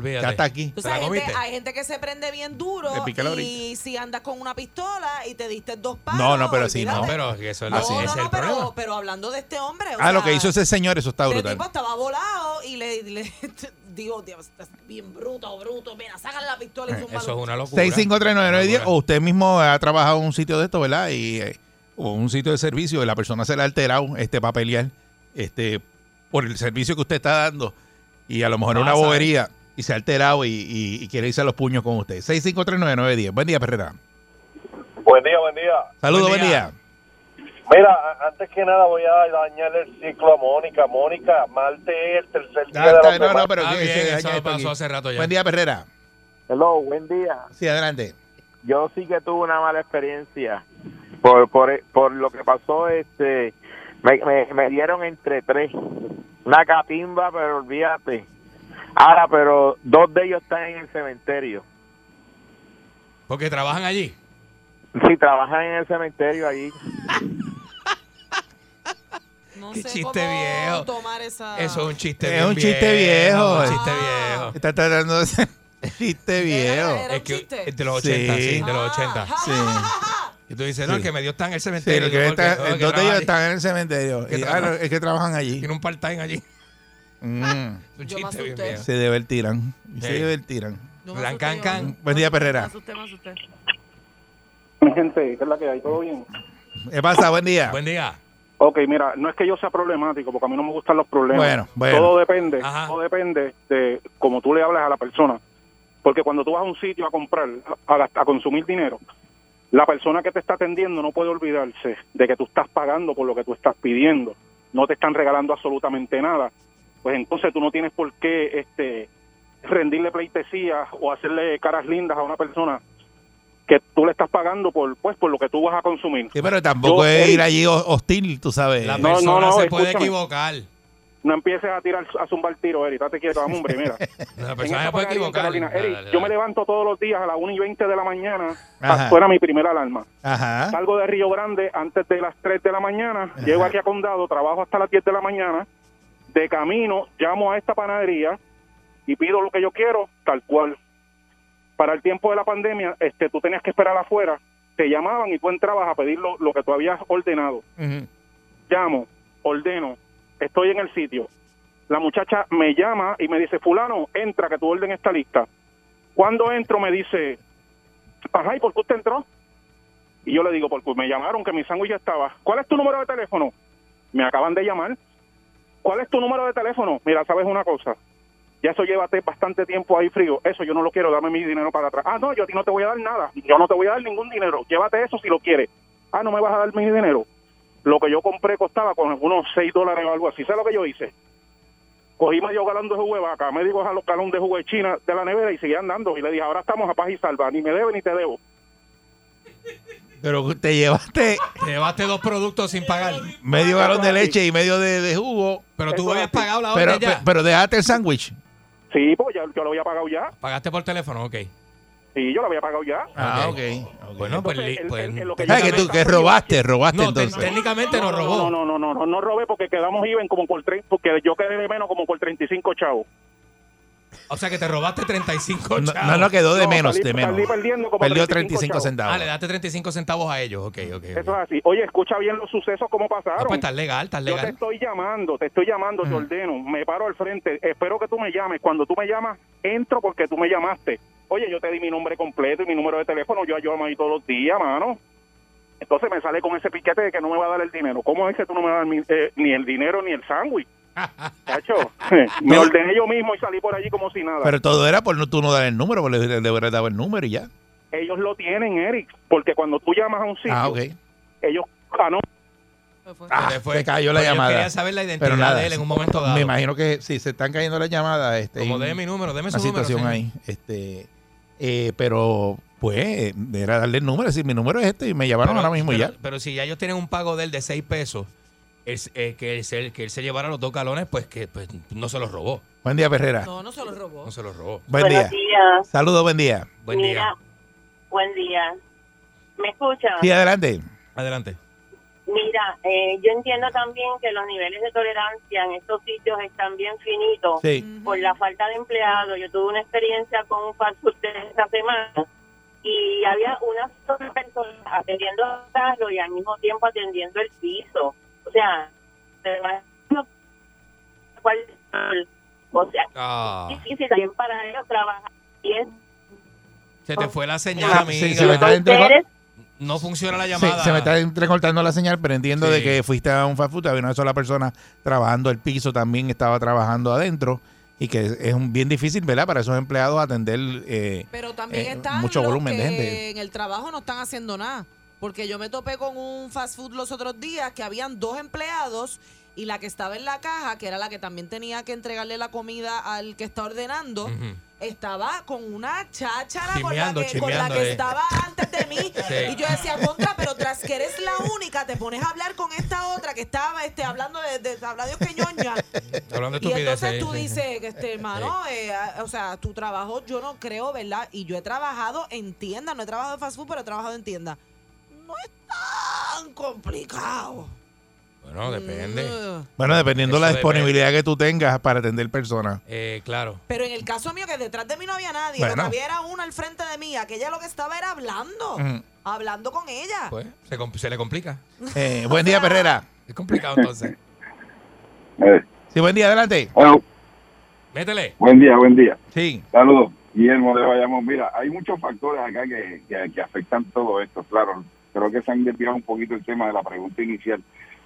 eh, ya está aquí. Entonces, hay, gente, hay gente que se prende bien duro Le pica la y orilla. si andas con una pistola y te diste dos palos. No, no, pero sí, no. olvídate. Pero eso es, No, la- ese no, es no, el pero, problema. pero hablando de este hombre. o Ah, lo sea, que hizo ese señor, eso está este brutal. tipo estaba volado y le, le- digo, Dios, estás bien bruto, bruto. Mira, sácale la pistola y Eh, zúmbalo. Eso es una locura. 6539910 o usted mismo ha trabajado en un sitio de esto, ¿verdad? Y, eh, o un sitio de servicio y la persona se le ha alterado este para pelear este, por el servicio que usted está dando y a lo mejor es una Pasa, eh. bobería y se ha alterado y, y- y quiere irse a los puños con usted. 6539910. Buen día, Perrera. Buen día, buen día. Saludos, buen día. Mira, a- antes que nada voy a dañar el ciclo a Mónica. Mónica, Marte es el tercer día Ah, de está la bien, no, semana. no, pero que se daña esto aquí. Buen día, Perrera. Hello, buen día. Sí, adelante. Yo sí que tuve una mala experiencia por por, por lo que pasó. Este, me, me- me dieron entre tres una catimba, pero olvídate. Ahora, pero dos de ellos están en el cementerio. Porque trabajan allí. Sí, trabajan en el cementerio allí. Qué chiste viejo. Eso es un chiste Es un bien chiste viejo. Un chiste viejo. Está tratando de hacer un chiste viejo. Es que- es de los 80, sí, de los 80. Y tú dices, no, Sí. el que me dio está en el Sí, el cementerio. que Yo, está- porque- el porque dos de trabaja ellos allí. están en el cementerio. Que Y, ah, trabaja- no, es que trabajan allí. Tiene un part-time allí. Mm. Un chiste bien viejo. Se divertirán. Se Sí. divertirán. Yo me Blan, asusté, can, yo. can. Buen día, Perrera. Mi gente, ¿qué es la que hay? ¿Todo bien? ¿Qué pasa? Buen día. Buen día. Ok, mira, no es que yo sea problemático, porque a mí no me gustan los problemas. Bueno, bueno. Todo depende, todo depende de cómo tú le hablas a la persona. Porque cuando tú vas a un sitio a comprar, a, a- a consumir dinero, la persona que te está atendiendo no puede olvidarse de que tú estás pagando por lo que tú estás pidiendo. No te están regalando absolutamente nada. Pues entonces tú no tienes por qué este, rendirle pleitesía o hacerle caras lindas a una persona que tú le estás pagando por pues por lo que tú vas a consumir. Sí, pero tampoco Yo- es ir Ey, allí ho- hostil, tú sabes. La No, persona no, no, se puede Puede escúchame. equivocar. No empieces a tirar a zumbar tiro, Eri. Estate quieto, dame, hombre, mira. La En persona se esta puede panadería en equivocar. Carolina, Eri, Dale, yo dale. me levanto todos los días a las 1 y 20 de la mañana. ah, Ajá. Suena mi primera alarma. ¿Ah? Ajá. Salgo de Río Grande antes de las 3 de la mañana. Llego aquí a Condado, trabajo hasta las 10 de la mañana. De camino, llamo a esta panadería y pido lo que yo quiero, tal cual. Para el tiempo de la pandemia, este, tú tenías que esperar afuera. Te llamaban y tú entrabas a pedir lo, lo que tú habías ordenado llamo, ordeno, estoy en el sitio. La muchacha me llama y me dice, fulano, entra, que tu orden está lista. Cuando entro me dice, ajá, ¿y por qué usted entró? Y yo le digo, porque me llamaron que mi sándwich ya estaba. ¿Cuál es tu número de teléfono? Me acaban de llamar. ¿Cuál es tu número de teléfono? Mira, sabes una cosa. Ya eso llévate bastante tiempo ahí frío. Eso yo no lo quiero, dame mi dinero para atrás. Ah, no, yo a ti no te voy a dar nada. Yo no te voy a dar ningún dinero. Llévate eso si lo quieres. Ah, no me vas a dar mi dinero lo que yo compré costaba con unos 6 dólares o algo así. ¿Sabes lo que yo hice? Cogí medio galón de jugo de vaca, medio galo- galón de jugo de China de la nevera y seguí andando. Y le dije, ahora estamos a paz y salva, ni me debe ni te debo. Pero te llevaste Te llevaste dos productos sin pagar. medio galón de leche y medio de, de jugo. Pero tú habías pagado la Pero, orden ya. pe- pero dejaste el sándwich. Sí, pues ya, yo lo había pagado ya. Pagaste por teléfono, ok. Sí, yo lo había pagado ya. Ah, ok. Bueno, pues, li- pues, Ah, que tú que robaste, robaste No, te- entonces. técnicamente no robó. No, no, no, no, no, no robé porque quedamos even como por tres, porque yo quedé de menos como por 35 chavos. O sea que te robaste 35 No, chavos. no, no, quedó de menos, de menos. salí perdiendo como Perdió 35 35 chavos. centavos. Ah, le daste 35 centavos a ellos. Ok, ok. ok. Eso es así. Oye, escucha bien los sucesos, cómo pasaron. Pues estás legal, estás Yo te legal. estoy llamando, te estoy llamando, te ordeno, me paro al frente, espero que tú me llames. Cuando tú me llamas, entro porque tú me llamaste. Oye, yo te di mi nombre completo y mi número de teléfono, yo llamo ahí todos los días, mano. Entonces me sale con ese piquete de que no me va a dar el dinero. ¿Cómo es que tú no me vas a dar mi- eh, ni el dinero ni el sándwich? Chacho, me ordené yo mismo y salí por allí como si nada. Pero todo era por no, tú no dar el número, porque le le hubieras dado el número y ya. Ellos lo tienen, Eric, porque cuando tú llamas a un sitio, Ah, ok. ellos... Ah, no. Ah, Se fue. se cayó la Pero yo llamada. quería saber la identidad de él en un momento dado. Me imagino que si se están cayendo las llamadas, este, Como hay deme mi número, deme su una número, situación señor. ahí, este, eh, pero pues era darle el número, decir mi número es este y me llamaron ahora mismo y pero, ya. pero si ya ellos tienen un pago de él de 6 pesos, es, eh, que, él, se- que él se llevara los dos galones, pues que pues, no se los robó. Buen día, Perrera. No, no se los robó. No se los robó. Buen Buenos día. días. Saludos, buen día. Buen Mira, buen día. ¿Me escuchan? Sí, adelante. Adelante. Mira, eh, yo entiendo también que los niveles de tolerancia en estos sitios están bien finitos Sí. por la falta de empleados. Yo tuve una experiencia con un fast food esta semana y había una sola persona atendiendo a Carlos y al mismo tiempo atendiendo el piso. O sea, de verdad, no- cuál- o sea, Ah, es difícil también para ellos trabajar y es se te fue la señal, amiga. Sí, se me está entre- No funciona la Sí, llamada. se me está entrecortando la señal, pero entiendo Sí. de que fuiste a un fast food, había una sola persona trabajando el piso, también estaba trabajando adentro y que es, es un bien difícil, ¿verdad? Para esos empleados atender eh, Pero también eh, están mucho los volumen que de gente. en el trabajo no están haciendo nada. Porque yo me topé con un fast food los otros días que habían dos empleados y la que estaba en la caja, que era la que también tenía que entregarle la comida al que está ordenando, estaba con una cháchara con la, Chismeando, que, con la chismeando, que eh. estaba antes de mí. Sí. Y yo decía, contra, pero tras que eres la única, te pones a hablar con esta otra que estaba este, hablando de, de, hablando de queñoña. Hablando de Y estupideces, entonces tú sí, sí. dices, que, este, hermano, eh, a- o sea, tu trabajo yo no creo, ¿verdad? Y yo he trabajado en tienda, no he trabajado en fast food, pero he trabajado en tienda. No es tan complicado. Bueno, depende. Mm. Bueno, dependiendo Eso la depende. disponibilidad que tú tengas para atender personas. Eh, claro. Pero en el caso mío, que detrás de mí no había nadie, lo Bueno. que había era una al frente de mí, aquella lo que estaba era hablando, Ujú. hablando con ella. Pues se, com- se le complica. Eh, buen día, Perrera. Es complicado entonces. Sí, buen día, adelante. Métele. Buen día, buen día. Sí. Saludos, Guillermo de Bayamón. Mira, hay muchos factores acá que, que, que afectan todo esto, claro. Creo que se han desviado un poquito el tema de la pregunta inicial.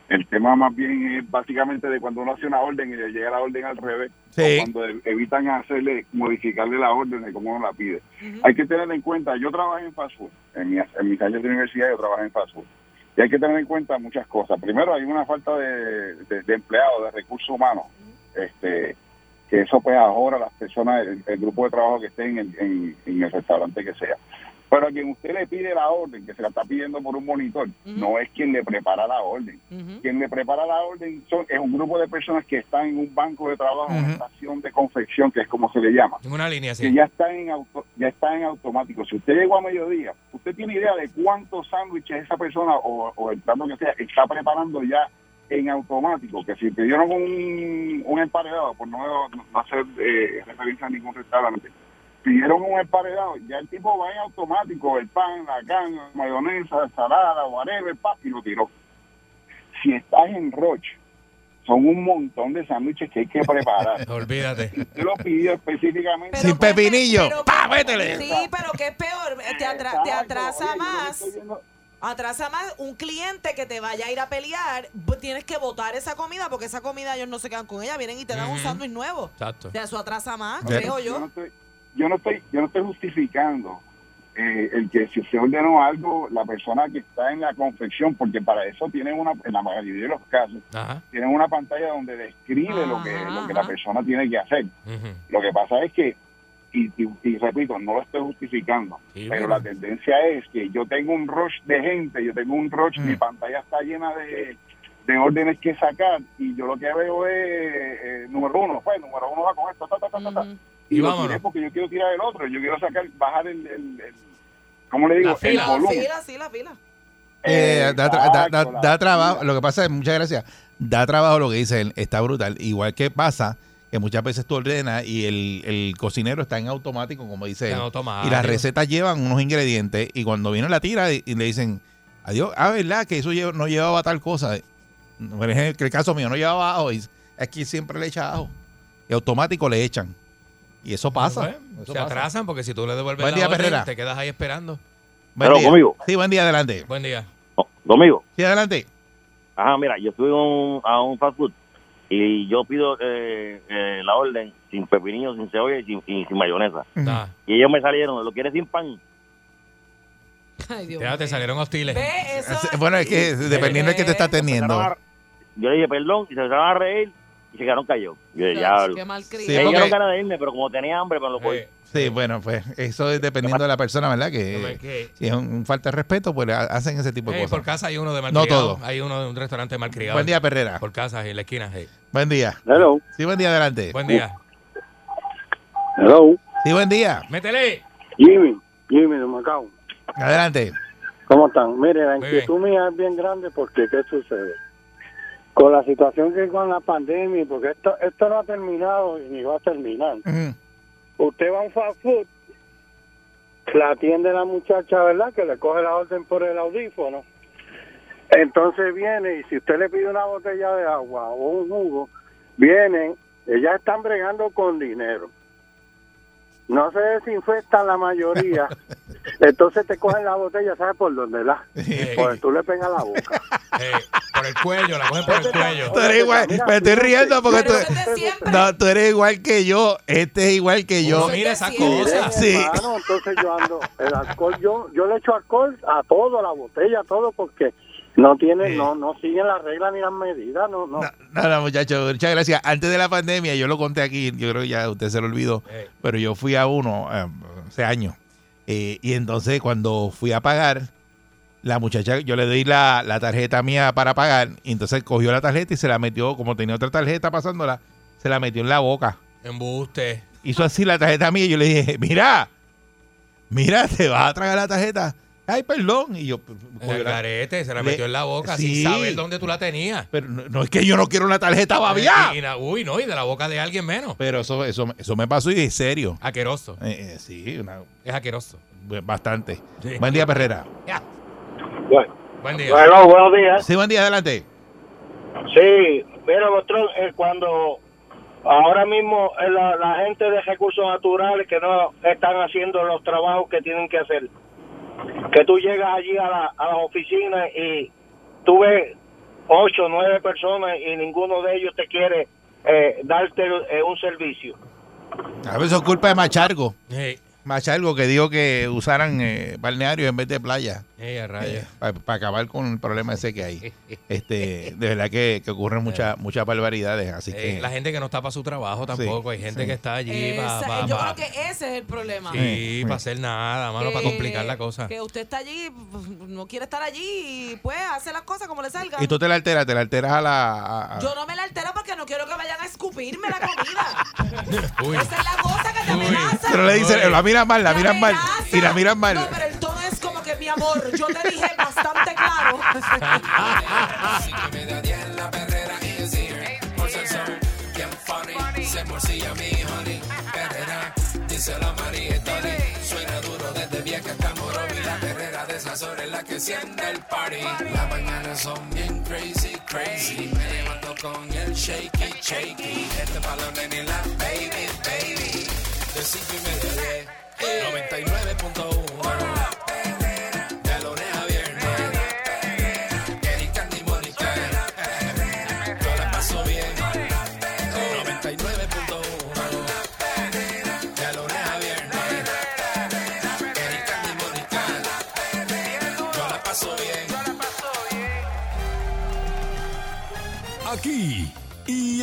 El tema más bien es básicamente de cuando uno hace una orden y le llega la orden al revés, Sí. o cuando ev- evitan hacerle, modificarle la orden de cómo uno la pide. Hay que tener en cuenta, yo trabajé en fast food, en, mi- en mis años de universidad yo trabajé en fast food, y hay que tener en cuenta muchas cosas. Primero, hay una falta de, de, de empleados, de recursos humanos, este que eso pues ahora las personas, el, el grupo de trabajo que esté en el, en- en el restaurante que sea. Pero a quien usted le pide la orden, que se la está pidiendo por un monitor, no es quien le prepara la orden. Quien le prepara la orden son, es un grupo de personas que están en un banco de trabajo, en una estación de confección, que es como se le llama. En una línea así. Que ya está, en auto- ya está en automático. Si usted llegó a mediodía, ¿usted tiene idea de cuántos sándwiches esa persona o, o el plato que sea está preparando ya en automático? Que si pidieron un, un emparedado, por no, no hacer eh, referencia a ningún restaurante, pidieron un emparedado, ya el tipo va en automático, el pan, la carne, la mayonesa, ensalada, whatever, pa, y lo tiró. Si estás en Roche, son un montón de sándwiches que hay que preparar. Olvídate. Yo lo pidió específicamente. Sin pepinillo. ¡Pa, métele! Sí, pero que es peor, eh, te, atra- te atrasa más. Atrasa más un cliente que te vaya a ir a pelear, bu- tienes que botar esa comida porque esa comida ellos no se quedan con ella, vienen y te dan un Ujú. sándwich nuevo. Exacto. O sea, eso atrasa más, Ya. creo Yo no yo. estoy, yo no estoy, yo no estoy justificando eh, el que si se ordenó algo, la persona que está en la confección, porque para eso tienen una, en la mayoría de los casos, tienen una pantalla donde describe lo que, lo que la persona tiene que hacer. Lo que pasa es que, y, y- y repito, no lo estoy justificando, pero la tendencia es que yo tengo un rush de gente, yo tengo un rush, mi pantalla está llena de, de órdenes que sacar y yo lo que veo es, eh, número uno, pues, número uno va con esto, ta, ta, ta, ta, ta. Y Y, lo vámonos. tiré porque yo quiero tirar el otro, yo quiero sacar, bajar el, el- el- ¿cómo le digo? La el fila, la volumen. Ah, fila, sí, la fila. Eh, da, tra- da- da- Exacto, la da trabajo, lo que pasa es, muchas gracias, da trabajo lo que dice él, está brutal. Igual que pasa que muchas veces tú ordenas y el, el cocinero está en automático, como dice En él. automático. Y las recetas llevan unos ingredientes y cuando viene la tira y, y le dicen, adiós, ah, ¿verdad? Que eso lle- no llevaba tal cosa. Por ejemplo, que el caso mío no llevaba ajo, y es que siempre le echa ajo. Y automático le echan. Y eso pasa. Bueno, eso Pues, se pasa. atrasan porque si tú le devuelves Buen la día, orden, Perrera. te quedas ahí esperando. Buen Hello, día. conmigo. Sí, buen día, adelante. Buen día. Domingo. Sí, adelante. Ajá, mira, yo fui a un- a un fast food y yo pido eh, eh, la orden sin pepinillo, sin cebolla y sin, y sin mayonesa. Ah. Y ellos me salieron, ¿lo quieres sin pan? Ay, Dios Ya te salieron hostiles. Bueno, es Eh, que dependiendo de qué te está teniendo. Yo le dije perdón y se empezaron a reír y se quedaron callados. Yo dije, ya. Qué mal Me criado. Sí, porque- dieron ganas de irme, pero como tenía hambre, me lo cogí. Sí, bueno, pues eso es dependiendo de la persona, ¿verdad? Que si es un, un falta de respeto, pues le ha- hacen ese eh, tipo de Hey, cosas. Eh, por casa hay uno de No malcriado. todo. Hay uno de un restaurante malcriado. Buen día, Perrera. Por casa, en la esquina. hey. Buen día. Hello. Sí, buen día, adelante. Buen día. Hello. Sí, buen día. ¡Métele! Jimmy, Jimmy de Macao. Adelante. ¿Cómo están? Mire, la Muy inquietud mía es bien grande porque ¿qué sucede? Con la situación que hay con la pandemia, porque esto, esto no ha terminado y ni va a terminar. Usted va a un fast food, la atiende la muchacha, ¿verdad? Que le coge la orden por el audífono. Entonces viene y si usted le pide una botella de agua o un jugo, vienen, ellas están bregando con dinero. No se desinfectan la mayoría. Entonces te cogen la botella, ¿sabes por dónde la? Porque tú le pegas la boca. Por el cuello, la cogen por el cuello. Tú eres igual, me estoy riendo porque tú, no, tú eres igual que yo, este es igual que yo. Uno mira esas Miren, cosas. Sí. hermano, entonces yo ando, el alcohol, yo, yo le echo alcohol a todo, a la botella, a todo, porque no tiene, no, no siguen las reglas ni las medidas, no, no. No, no, muchachos, muchas gracias. Antes de la pandemia, yo lo conté aquí, yo creo que ya usted se lo olvidó, pero yo fui a uno eh, hace años. Eh, y entonces cuando fui a pagar, la muchacha, yo le di la, la tarjeta mía para pagar, y entonces cogió la tarjeta y se la metió, como tenía otra tarjeta pasándola, se la metió en la boca. Embuste. Hizo así la tarjeta mía y yo le dije, mira, mira, te vas a tragar la tarjeta. Ay, perdón. Y yo, pues, El carete, se la Le- metió en la boca Sí. sin saber dónde tú la tenías. pero no, no, es que yo no quiero una tarjeta babiada. Y- y la- Uy, no, y de la boca de alguien menos. Pero eso, eso, eso me pasó y es serio. Aqueroso. Eh, eh, sí, una- Pues, Es aqueroso. bastante. Sí. Buen día, Perrera. Buen día. Bueno, buenos días. Sí, buen día, adelante. Sí, mira, Bostrón, eh, cuando ahora mismo eh, la, la gente de recursos naturales que no están haciendo los trabajos que tienen que hacer, que tú llegas allí a, la- a las oficinas y tú ves ocho, nueve personas y ninguno de ellos te quiere eh, darte eh, un servicio. A veces es culpa de Machargo. Machargo que dijo que usaran eh, balnearios en vez de playa. Ey, a rayos. Para acabar con el problema ese que hay. Este, de verdad que, que ocurren muchas muchas barbaridades. Así Eh, que. la gente que no está para su trabajo tampoco. Hay gente sí. que está allí Esa- para yo creo que ese es el problema. eh, hacer nada, mano, para Que- complicar la cosa. Eh, Que usted está allí, mm, no quiere estar allí y pues hace las cosas como le salga. Y tú te la alteras, te la alteras a la. a- a- Yo no me la altero porque no quiero que vayan a escupirme la Uy. Esa es la cosa que te amenaza. Pero le dicen, la miran mal, la miran mal. Y la miran mal. No, pero el tono es como que, mi amor, yo te dije bastante claro. Por ser son bien funny, se morcilla mi honey. Perrera, dice la María y Tony. Suena duro desde vieja hasta morón. La perrera de esas horas es la que siente el party. Las mañanas son bien crazy, crazy. Me levanto con el shaky, shaky. Este balón en la baby, baby. De cinco y media de 99.1. La perrera, de lunes a viernes. Eric, Andy, Mónica. Yo la paso bien. 99.1. De lunes a viernes. Eric, Andy, Mónica. Yo la paso bien. Aquí y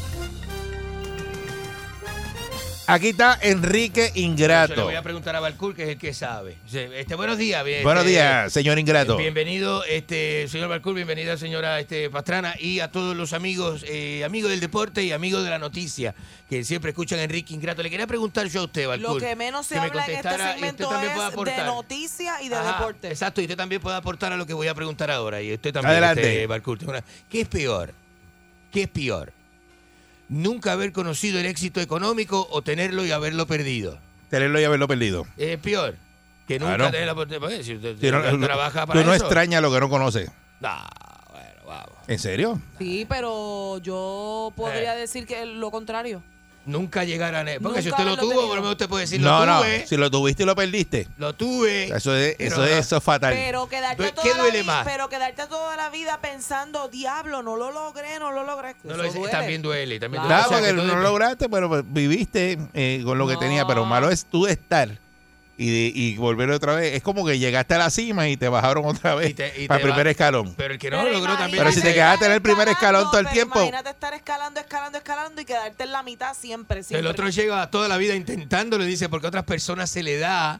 Aquí está Enrique Yo le Ingrato. voy a preguntar a Balcour, que es el que sabe. Dice, Este, buenos días. bien- Buenos este, días, señor Ingrato. Bienvenido, este, señor Balcour, bienvenida, señora este, Pastrana, y a todos los amigos, eh, amigos del deporte y amigos de la noticia, que siempre escuchan a Enrique Ingrato. Le quería preguntar yo a usted, Balcour. Lo que menos se que me habla en este contestara y usted segmento también pueda es de aportar. noticias y de Ajá, deporte. Exacto, y usted también puede aportar a lo que voy a preguntar ahora. Y usted también, Adelante. este, Balcour, tiene una- ¿Qué es peor? ¿Qué es peor? ¿Nunca haber conocido el éxito económico o tenerlo y haberlo perdido? Tenerlo y haberlo perdido. Es peor que nunca Claro. tener la oportunidad. Pues, si usted, Si no- usted trabaja para tú no eso. extrañas lo que no conoces. Nah, ¿En serio? Sí, pero yo podría Eh. decir que lo contrario. nunca llegar a... ne- Porque si Nunca usted lo haberlo tuvo, tenido. por lo menos usted puede decir, no, lo no. tuve, Si lo tuviste y lo perdiste. lo tuve. Eso es, Pero eso es, no. eso es fatal. Pero quedarte, Due- toda ¿qué la duele vi- más? pero quedarte toda la vida pensando, diablo, no lo logré, no lo logré. No Eso lo hice. duele. También duele, también duele. Claro, O sea, porque que todo no depende. lograste, pero pues, viviste eh, con lo que tenía. Pero malo es tú estar y, de- y volver otra vez. Es como que llegaste a la cima y te bajaron otra vez y para te el primer va- escalón. Pero el que no lo logró también... Pero si te dice, quedaste en el primer escalón todo el tiempo, Imagínate estar escalando, escalando, escalando y quedarte en la mitad siempre, siempre. El otro llega toda la vida intentándolo y dice, porque a otras personas se le da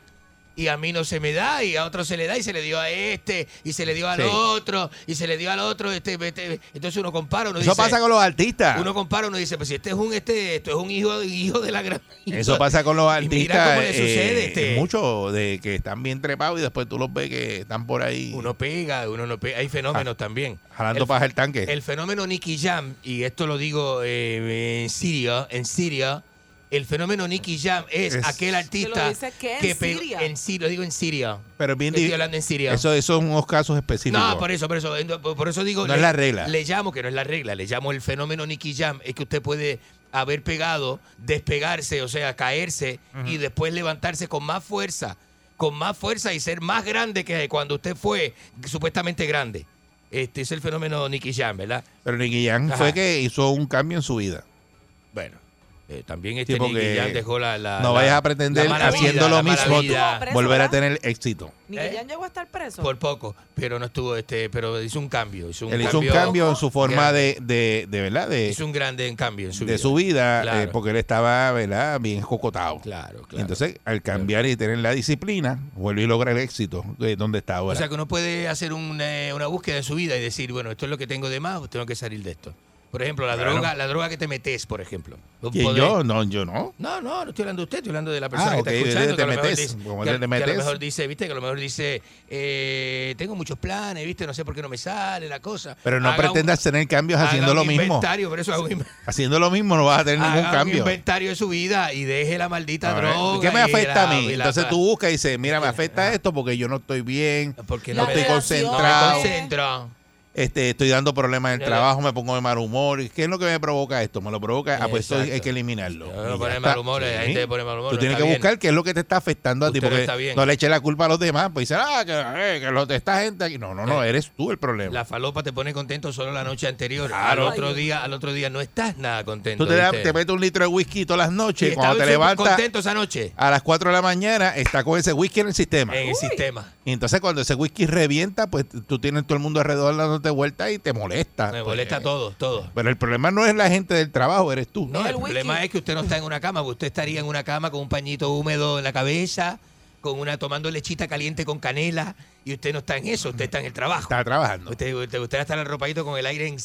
y a mí no se me da y a otro se le da y se le dio a este y se le dio al Sí. otro y se le dio al otro. Este, este. Entonces uno compara, uno eso dice... pasa con los artistas. Uno compara, uno dice, pues si este es un este, esto es un hijo, hijo de la gran. Eso pasa con los artistas. cómo le sucede, este. Muchos de que están bien trepados y después tú los ves que están por ahí Uno pega, uno no pega. Hay fenómenos también. Ah, jalando El- paja el tanque. El fenómeno Nicky Jam, y esto lo digo eh, en Siria, en Siria, el fenómeno Nicky Jam es, Es- aquel artista Que lo dices que en pe- Siria. en Siria, lo digo en Siria. pero es bien Estoy di- hablando en Siria. Eso, eso son unos casos específicos. No, por eso, por eso, eh, por por eso digo. No es la regla. Le llamo, que no es la regla, le llamo el fenómeno Nicky Jam, es que usted puede haber pegado, despegarse, o sea, caerse y después levantarse con más fuerza, con más fuerza y ser más grande que cuando usted fue supuestamente grande. Este es el fenómeno Nicky Jam, ¿verdad? Pero Nicky Jam Ajá. fue que hizo un cambio en su vida. Bueno, eh, también este Sí, porque Nicky Jam dejó la. la- no la- vayas a la pretender mala haciendo vida, la lo mala mismo vida. tú volver a tener éxito. Ni ¿eh? que ya llegó a estar preso. Por poco, pero no estuvo, este, pero hizo un cambio. Hizo un Él hizo cambio, un cambio en su forma grande. de, de, de verdad de, Hizo un grande en cambio en su de vida. su vida Claro. eh, porque él estaba verdad bien cocotado. Claro, claro. Entonces al cambiar y tener la disciplina vuelve y logra el éxito eh, donde está ahora. O sea que uno puede hacer un, eh, una búsqueda en su vida y decir, bueno, esto es lo que tengo de más, pues tengo que salir de esto. Por ejemplo, la Claro. droga, la droga que te metes, por ejemplo. Vos ¿Quién, podés- yo no yo no. No, no, no estoy hablando de usted, estoy hablando de la persona Ah, que ok, está escuchando. de- que, te a lo mejor metes, dice, como que a- de- de que a lo metes. mejor dice, viste, que a lo mejor dice, eh, tengo muchos planes, viste, no sé por qué no me sale la cosa. Pero no Haga un- pretendas tener cambios haga haciendo un lo mismo. inventario, por eso hago un Haciendo lo mismo no vas a tener ningún haga un cambio. inventario de su vida y deje la maldita A ver, droga. ¿Qué me y afecta a la- mí? y la- Ah. Entonces tú buscas y dices, mira, me afecta esto porque yo no estoy bien, porque no no estoy me- no me concentrado. concentro. este, estoy dando problemas en Ya, el ya. trabajo, me pongo de mal humor. ¿Y ¿Qué es lo que me provoca esto? Me lo provoca, ah, pues esto hay- hay Exacto. que eliminarlo. Yo me Y ya pone de está. mal humor, la Sí. gente me pone de mal humor. Tú no tienes está que bien. buscar qué es lo que te está afectando a ti, Usted no porque está bien. no le eche la culpa a los demás, pues dicen, ah, que, eh, que los de esta gente aquí. No, no, Eh, no, eres tú el problema. La falopa te pone contento solo la noche anterior. Claro. Al otro día, al otro día no estás nada contento. Tú te, da- ¿viste? te metes un litro de whisky todas las Y noches, estaba cuando te súper levantas contento esa noche. a las 4 de la mañana, está con ese whisky en el sistema. En el sistema. Y entonces cuando ese whisky revienta, pues tú tienes todo el mundo alrededor dándote vuelta y te molesta. Me Pues, molesta eh, todo, todo. Pero el problema no es la gente del trabajo, eres tú. No, el, problema es que usted no está en una cama, porque usted estaría en una cama con un pañito húmedo en la cabeza, con una tomando lechita caliente con canela, y usted no está en eso, usted está en el trabajo. Está trabajando. Usted, usted, usted está en el ropadito con el aire en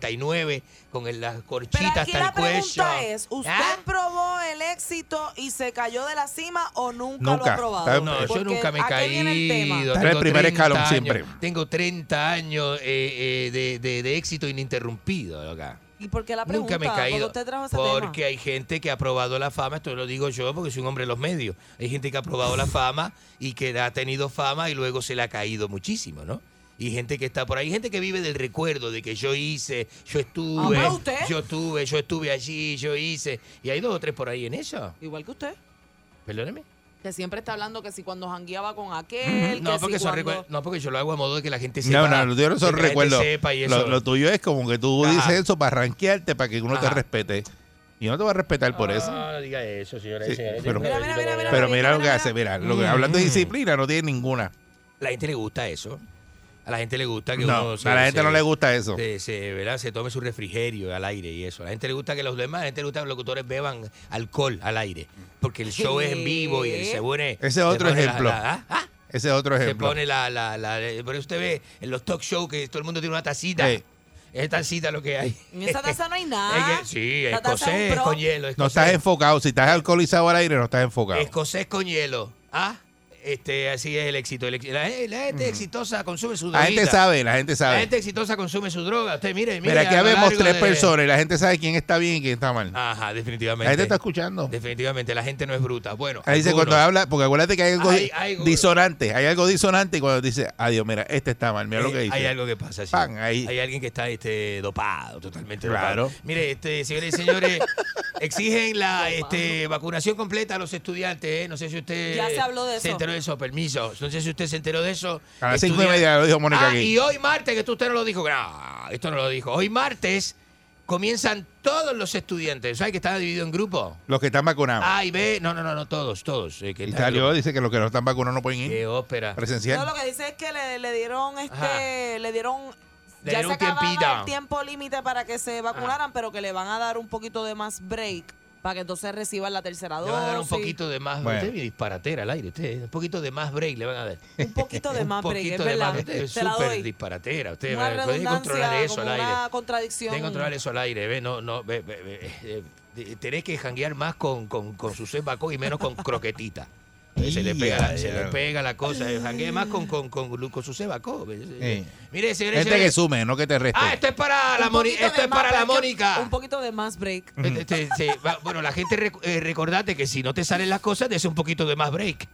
59, con el- las corchitas Aquí hasta la el cuello. Ah. pregunta es, ¿usted probó el éxito y se cayó de la cima o nunca, lo Nunca. ha probado? Está- No, yo Porque nunca me he aquí viene el tema. caído. Está en el Tengo primer 30 escalón años- siempre. Tengo 30 años eh, eh, de, de- de éxito ininterrumpido, loca. ¿Y por qué la pregunta? Nunca me he Porque caído. usted trajo ese tema. Porque hay gente que ha probado la fama, esto lo digo yo porque soy un hombre de los medios. Hay gente que ha probado la fama y que ha tenido fama y luego se le ha caído muchísimo, ¿no? Y gente que está por ahí, gente que vive del recuerdo de que yo hice, yo estuve, Ajá, Ah, usted. yo estuve, yo estuve allí, yo hice. Y hay dos o tres por ahí en eso. Igual que usted, Perdóneme. que siempre está hablando que si cuando jangueaba con aquel, No que porque, si son cuando- recuer- no, porque yo lo hago a modo de que la gente sepa. No, no, lo tuyo no de son que la gente recuerdos. sepa y eso. Lo, lo tuyo es como que tú Ajá. dices eso para ranquearte, para que uno te Ajá. respete. Y no te va a respetar por eso. No, no diga eso, señora. Sí, señora. pero, Yo- pero mira lo que hace, mira, lo que, hablando Mm. de disciplina no tiene ninguna. La gente le gusta eso. A la gente le gusta que uno No, a la gente no le gusta eso. Se, se, ¿verdad? se tome su refrigerio al aire y eso. A la gente le gusta que los demás, a la gente le gusta que los locutores beban alcohol al aire. Porque el show es en vivo y el- se pone. Ese es se otro pone la- ejemplo. la- ah, ah, Ese es otro se ejemplo. pone la, la, la, la- Por eso usted ve en los talk shows que todo el mundo tiene una tacita. Es tacita lo que hay. En esa taza no hay nada. Es que- sí, La taza es un escocés pro. con hielo. No estás escocés. enfocado. Si estás alcoholizado al aire, no estás enfocado. Escocés con hielo. Ah, este, así es el éxito. El ex- la, eh, la gente exitosa consume su droga. La gente sabe, la gente sabe. La gente exitosa consume su droga. Usted mire, mire. Mira, aquí a lo habemos largo tres de- Ah, personas y la gente sabe quién está bien y quién está mal. Ajá, definitivamente. La gente está escuchando. Definitivamente, la gente no es bruta. Bueno, Ahí dice algunos- cuando habla, porque acuérdate que hay algo Hay- hay algunos. disonante, hay algo disonante y cuando dice, adiós, mira, este está mal, mira lo que Eh, dice. Hay algo que pasa, sí. Pan, ahí. Hay alguien que está este, dopado, totalmente Claro. dopado. Mire, este, señores y señores, exigen la este, vacunación completa a los estudiantes. ¿eh? No sé si usted Ya se habló de eso. enteró de eso, permiso. No sé si usted se enteró de eso. A las cinco y Estudian- media lo dijo Mónica Ah, aquí. Y hoy martes, que esto usted no lo dijo. No, esto no lo dijo. Hoy martes comienzan todos los estudiantes. ¿Sabes que está dividido en grupos? Los que están vacunados. A y B. No, no, no, no, todos, todos. eh, que y están en salió, dice que los que no están vacunados no pueden ir. Qué ópera. Presencial. No, lo que dice es que le, le dieron este, Ajá. le dieron Le ya dieron se acababa tiempita. el tiempo límite para que se vacunaran, pero que le van a dar un poquito de más break para que entonces reciban la tercera Le dosis. van a dar un poquito de más. Bueno. Usted viene disparatera al aire. Usted, un poquito de más break le van a dar. Un poquito de más un break, es poquito de verdad. más. Usted es Te la súper doy. disparatera. Usted Una ¿verdad? puede redundancia, pues, controlar eso al como aire. una contradicción. Tiene que controlar eso al aire. Ve, no, no, ve, ve, ve, eh, eh, Tenés que janguear más con, con, con su sembacó y menos con croquetita. Eh, Se le, pega la, Ya, se ya. le pega la cosa. eh, Janguee más con, con, con, con su sebacó. Sí. Mire, señores, Eh, Gente que señores, sume, no que te reste. Ah, esto es para la, Un Moni- poquito esto de es más para la break, Mónica. Un poquito de más break. Este, se- va- bueno, la gente rec- eh, recordate que si no te salen las cosas, des un poquito de más break.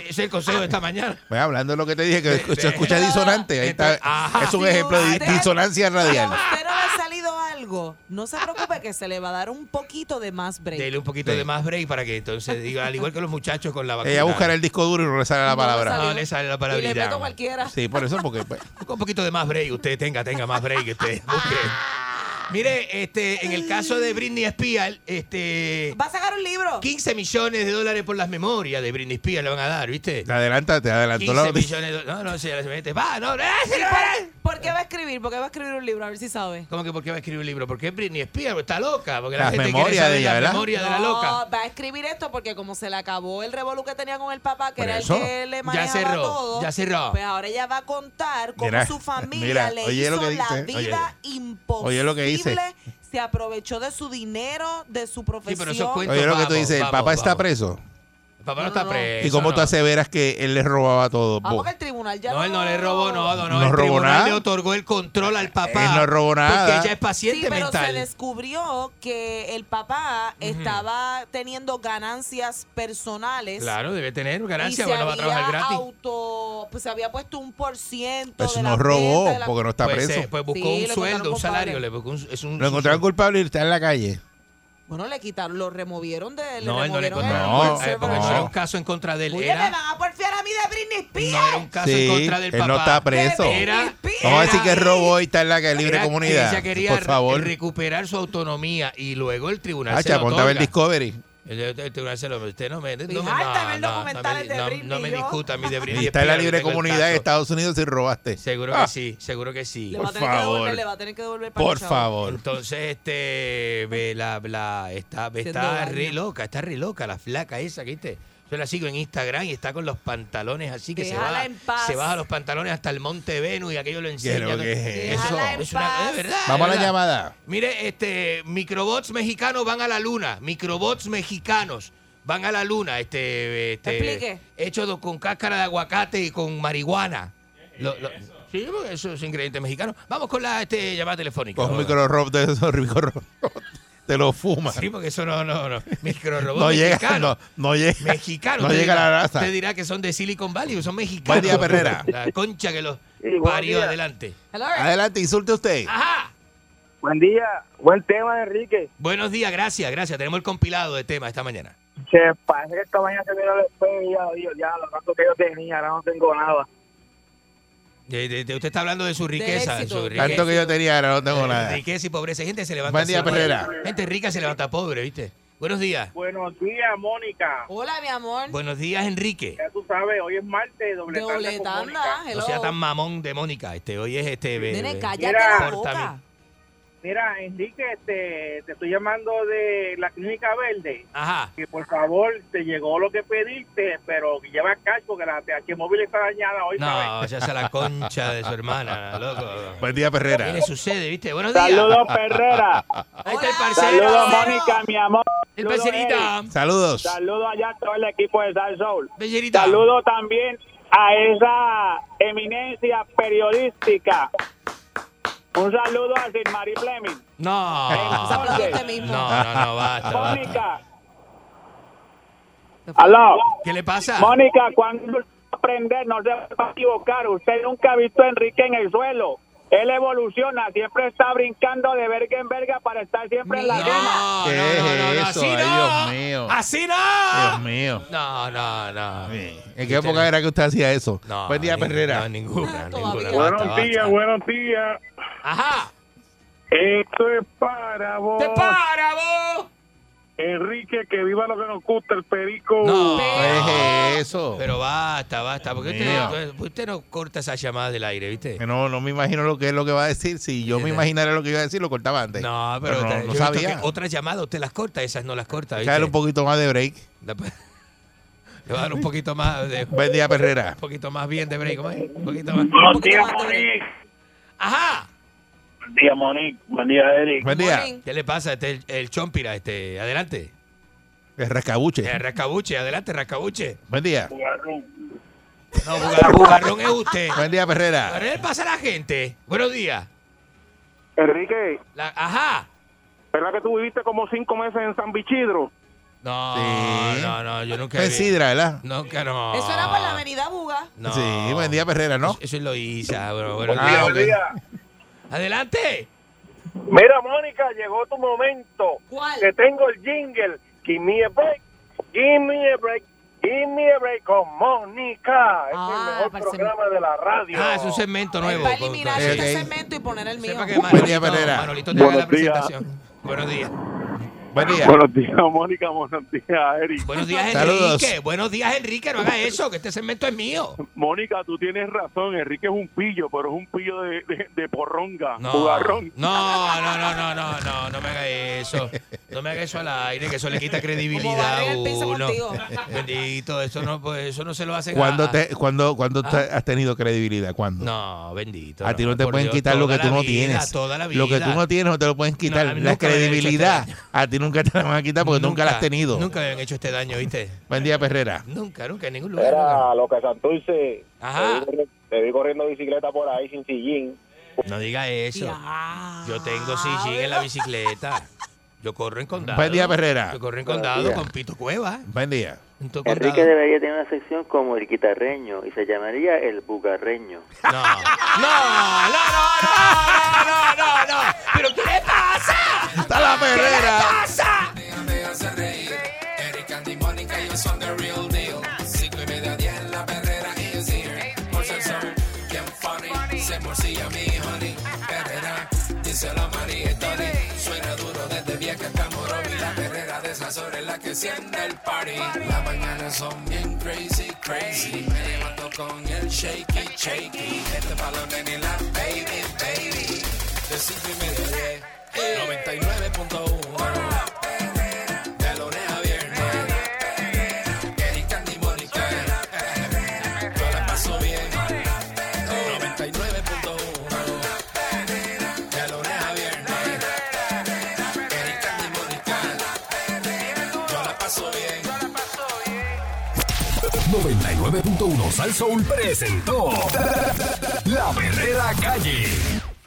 Ese es el consejo de esta mañana. Ve, Pues hablando de lo que te dije, que se escucha disonante. Ahí está. Este, Ajá. Es un ejemplo de Usted- disonancia radial. Si a usted no le ha salido algo, no se preocupe que se le va a dar un poquito de más break. Dele un poquito de más break para que entonces diga, al igual que los muchachos con la vacuna. Ella buscará Eh, el disco duro y no le sale la palabra. No le sale la palabra. y le meto cualquiera. Sí, por eso, porque pues, Con un poquito de más break, usted tenga, tenga más break, que usted busque. Mire, este, en el caso de Britney Spears, este. ¿Va a sacar un libro? 15 millones de dólares por las memorias de Britney Spears le van a dar, ¿viste? te adelanta, te adelantó la 15 noticia. millones de dólares. No, no, señora, se mete. Va, no, no, señora. ¿Por qué va a escribir? ¿Por qué va a escribir un libro? A ver si sabe. ¿Cómo que por qué va a escribir un libro? Porque es Britney Spears, porque está loca. Porque la Las gente quiere memorias saber de ella, la ¿verdad? memoria de la No, loca. Oh, va a escribir esto porque como se le acabó el revolú que tenía con el papá, que Por era eso. el que le Ya manejaba cerró, todo. ya cerró. Pues ahora ella va a contar cómo Mira, su familia mira, le oye hizo lo que la dice, oye. vida imposible. Oye lo que dice. Se aprovechó de su dinero, de su profesión. pero esos cuentos- Oye, lo que tú Vamos, dices, el vamos, papá está vamos. preso. El papá no, está preso. ¿Y cómo tú no. aseveras que él les robaba todo? Ah, Bo- porque el tribunal tribunal ya No, él no le robó, no, no, No el robó tribunal nada. le otorgó el control al papá. Él no robó nada. Porque ella es paciente Sí, pero se mental. descubrió que el papá estaba teniendo ganancias personales. Claro, debe tener y se ganancias, porque no va a había trabajar gratis. auto, pues se había puesto un por ciento. Pues de no las robó, ventas, de la- porque no está Pues, preso. eh, pues buscó Sí, lo un encontraron sueldo, un culpable. salario, le buscó un, es un- Lo encontraron culpable y está en la calle. Bueno, le quitaron, lo removieron de. No, él no le removieron encontraron. No, No, porque no. no. era un caso en contra de él. Oye, era me van a porfiar a mí de Britney Spears. un caso Sí, en contra del él papá. no está preso. Era, No va a decir que robó y está en la calle libre era que comunidad. Ella quería Por favor. recuperar su autonomía y luego el tribunal Ah, se lo apuntaba el otorga. Discovery. El, el- el tribunal se lo usted no me no, no, Fijarte, ver no, documentales no me- de no- Britney no me y yo. discuta a mí de Britney Y está en la Spears, libre tengo el comunidad este. de caso. Estados Unidos si robaste. Seguro Ah. que sí, seguro que sí. Le va a tener que devolver, le va a tener que devolver para Por el chavo. favor. Entonces, este, ve la, la- está, ve, Haciendo está daño. re loca, está re loca la flaca esa, ¿viste? Yo la sigo en Instagram y está con los pantalones así que se Déjala baja, en paz. se baja los pantalones hasta el Monte Venus y aquello lo enseña. Pero, ¿qué es Eso- Déjala en es una- es verdad, Vamos a es la verdad. llamada. Mire, este, microbots mexicanos van a la luna. Microbots mexicanos van a la luna. Este, este Explique. Hecho do- con cáscara de aguacate y con marihuana. Lo- lo- sí, porque eso es ingrediente mexicano. Vamos con la este, llamada telefónica. Con un micro de esos micro Te lo fumas. Sí, pues, porque eso no, no, no. Microrobots No llega, mexicanos. no- no llega. Mexicanos. No Usted llega dirá- la raza. Usted dirá que son de Silicon Valley, son mexicanos. Buen día, Perrera. La concha que los buenos parió días. adelante. Adelante, insulte usted. Buen día, buen tema, Enrique. Buenos días, gracias, gracias. Tenemos el compilado de temas esta mañana. Se parece que esta mañana se vino el espejo y ya, digo, ya, lo tanto que yo tenía, ahora no tengo nada. De- de- de- usted está hablando de su riqueza. éxito. su riqueza. Tanto que yo tenía, ahora no tengo Eh, nada. Riqueza y pobreza. Hay Gente que se levanta Buen día, siempre- Perrera. Gente rica se levanta pobre, ¿viste? Buenos días. Buenos días, Mónica. Hola, mi amor. Buenos días, Enrique. Ya tú sabes, hoy es martes, doble, Doble tanda con tanda, Mónica. hello. No sea tan mamón de Mónica. Este, hoy es este. be- Nene, be- cállate la porta- boca. Mira, Enrique, te, te estoy llamando de la Clínica Verde. Ajá. Que por favor, te llegó lo que pediste, pero lleva cash porque la TH móvil está dañada hoy. No, ya sea la concha de su hermana, loco. Buen día, Perrera. ¿Qué le sucede, viste? Buenos días. Saludos, Perrera. Ahí está el parcero. Saludos, Mónica, mi amor. El Saludos, parcerita. Eric. Saludos. Saludos allá a todo el equipo de Sal Soul. Saludos también a esa eminencia periodística. Un saludo a Sir Mary Fleming. No. Se aplaude usted mismo. No, no, no, basta. basta. Mónica. Aló. ¿Qué le pasa? Mónica, cuando usted va a aprender, no se va a equivocar. Usted nunca ha visto a Enrique en el suelo. Él evoluciona, siempre está brincando de verga en verga para estar siempre en la arena. ¿Qué es eso? Ay, Dios mío. ¡Así no! Dios mío. No, no, no. ¿En qué época era que usted hacía eso? Buen día, ni- Perrera. no, ninguna, ninguna. Buenos Basta, días, basta. buenos días. Ajá. Esto es para vos. ¡Te para vos! Enrique, que viva lo que nos gusta, el perico. No, es eso. Pero basta, basta. Porque usted, Mío. usted no corta esa llamada del aire, ¿viste? Que No, no me imagino lo que es lo que va a decir. Si yo me imaginara lo que iba a decir, lo cortaba antes. No, Ah, pero, te- no, no yo he visto sabía. que Otras llamadas usted las corta, esas no las corta, ¿viste? Echarle un poquito más de break. Le va a dar un poquito más de. Buen día, Perrera. Un poquito más bien de break. ¿cómo es? Un poquito más. Buenos días, Monique. Ajá. Buen día, Monique. Buen día, Eric. Buen día. ¿Qué le pasa? Este, el, el chompira, este. Adelante. El rascabuche. El rascabuche, adelante, rascabuche. Buen día. No, bugar- bugarrón es usted. Buen día, Perrera. Pero le pasa a la gente. Buenos días. Enrique, La- ajá. ¿verdad que tú viviste como cinco meses en San Bichidro? No, Sí. no, no, yo nunca. Fue en vi- Sidra, ¿verdad? Nunca, no. Eso era por la avenida Buga. No. Sí, buen día, Perrera, ¿no? Eso, eso es Loíza, bro. Ah, Buen Buenos día, días, buen ok. día. Adelante. Mira, Mónica, llegó tu momento. ¿Cuál? Que tengo el jingle. Give me a break. Give me a break. Give me a break con Mónica. Es el mejor programa de la radio. Ah, es un segmento nuevo. Para eliminar Con- este Ok. segmento y poner el mío. Sepa que Buen Manolito- día, Perrera. Manolito te da la Buenos días. presentación. Buenos días. Buen día. Buenos días, Mónica. Buenos días, Eric. Buenos días, Saludos. Enrique. Buenos días, Enrique. No hagas eso, que este segmento es mío. Mónica, tú tienes razón. Enrique es un pillo, pero es un pillo de, de, de porronga. No, jugarrón. no, no, no, no, no, no, no me hagas eso. No me hagas eso al aire, que eso le quita credibilidad a barrer el piso uno. contigo. Bendito, eso no, pues, eso no se lo hacen ¿Cuándo, a- Ah, te, cuándo, cuándo te has tenido credibilidad? ¿Cuándo? No, bendito. A ti no te por pueden Dios, quitar lo toda que tú la no vida, tienes. toda la vida. Lo que tú no tienes no te lo pueden quitar. a mí la nunca me han hecho credibilidad a ti nunca te la van a quitar porque nunca, la has tenido. Nunca me habían hecho este daño, ¿viste? Buen día, Perrera. Nunca, nunca, en ningún lugar. Era lo que Santurce. Ajá. Te vi, corri- te vi corriendo bicicleta por ahí sin sillín. No diga eso. Yo tengo sillín en la bicicleta. Yo corro en condado. Buen día, Perrera. Yo corro en Buen condado día. con Pito Cueva. Buen día. Enrique debería tener una sección como el guitarreño y se llamaría el bucarreño. No. No, no, no, no, no, no, no. ¿Pero qué le pasa? Está la perrera. ¿Qué le pasa? Me hace reír. Eric, Andy, Mónica, ellos son the real deal. Cinco y media, diez, la perrera is here. Por ser son bien funny. Se morcilla mi honey. Perrera, dice la María y Tony. Suena duro desde vieja hasta morón. La perrera de esas horas es la que enciende el party. Las mañanas son bien crazy, crazy. Me levanto con el shaky, shaky. Este balón en la baby, baby. De cinco y media, diez. 99.1 de lunes a viernes. Eric, Andy, Mónica. Yo la paso bien. 99.1. De lunes a viernes. Eric, Andy, Mónica. Yo la paso bien. 99.1 Sal Soul presentó La Verdadera Calle.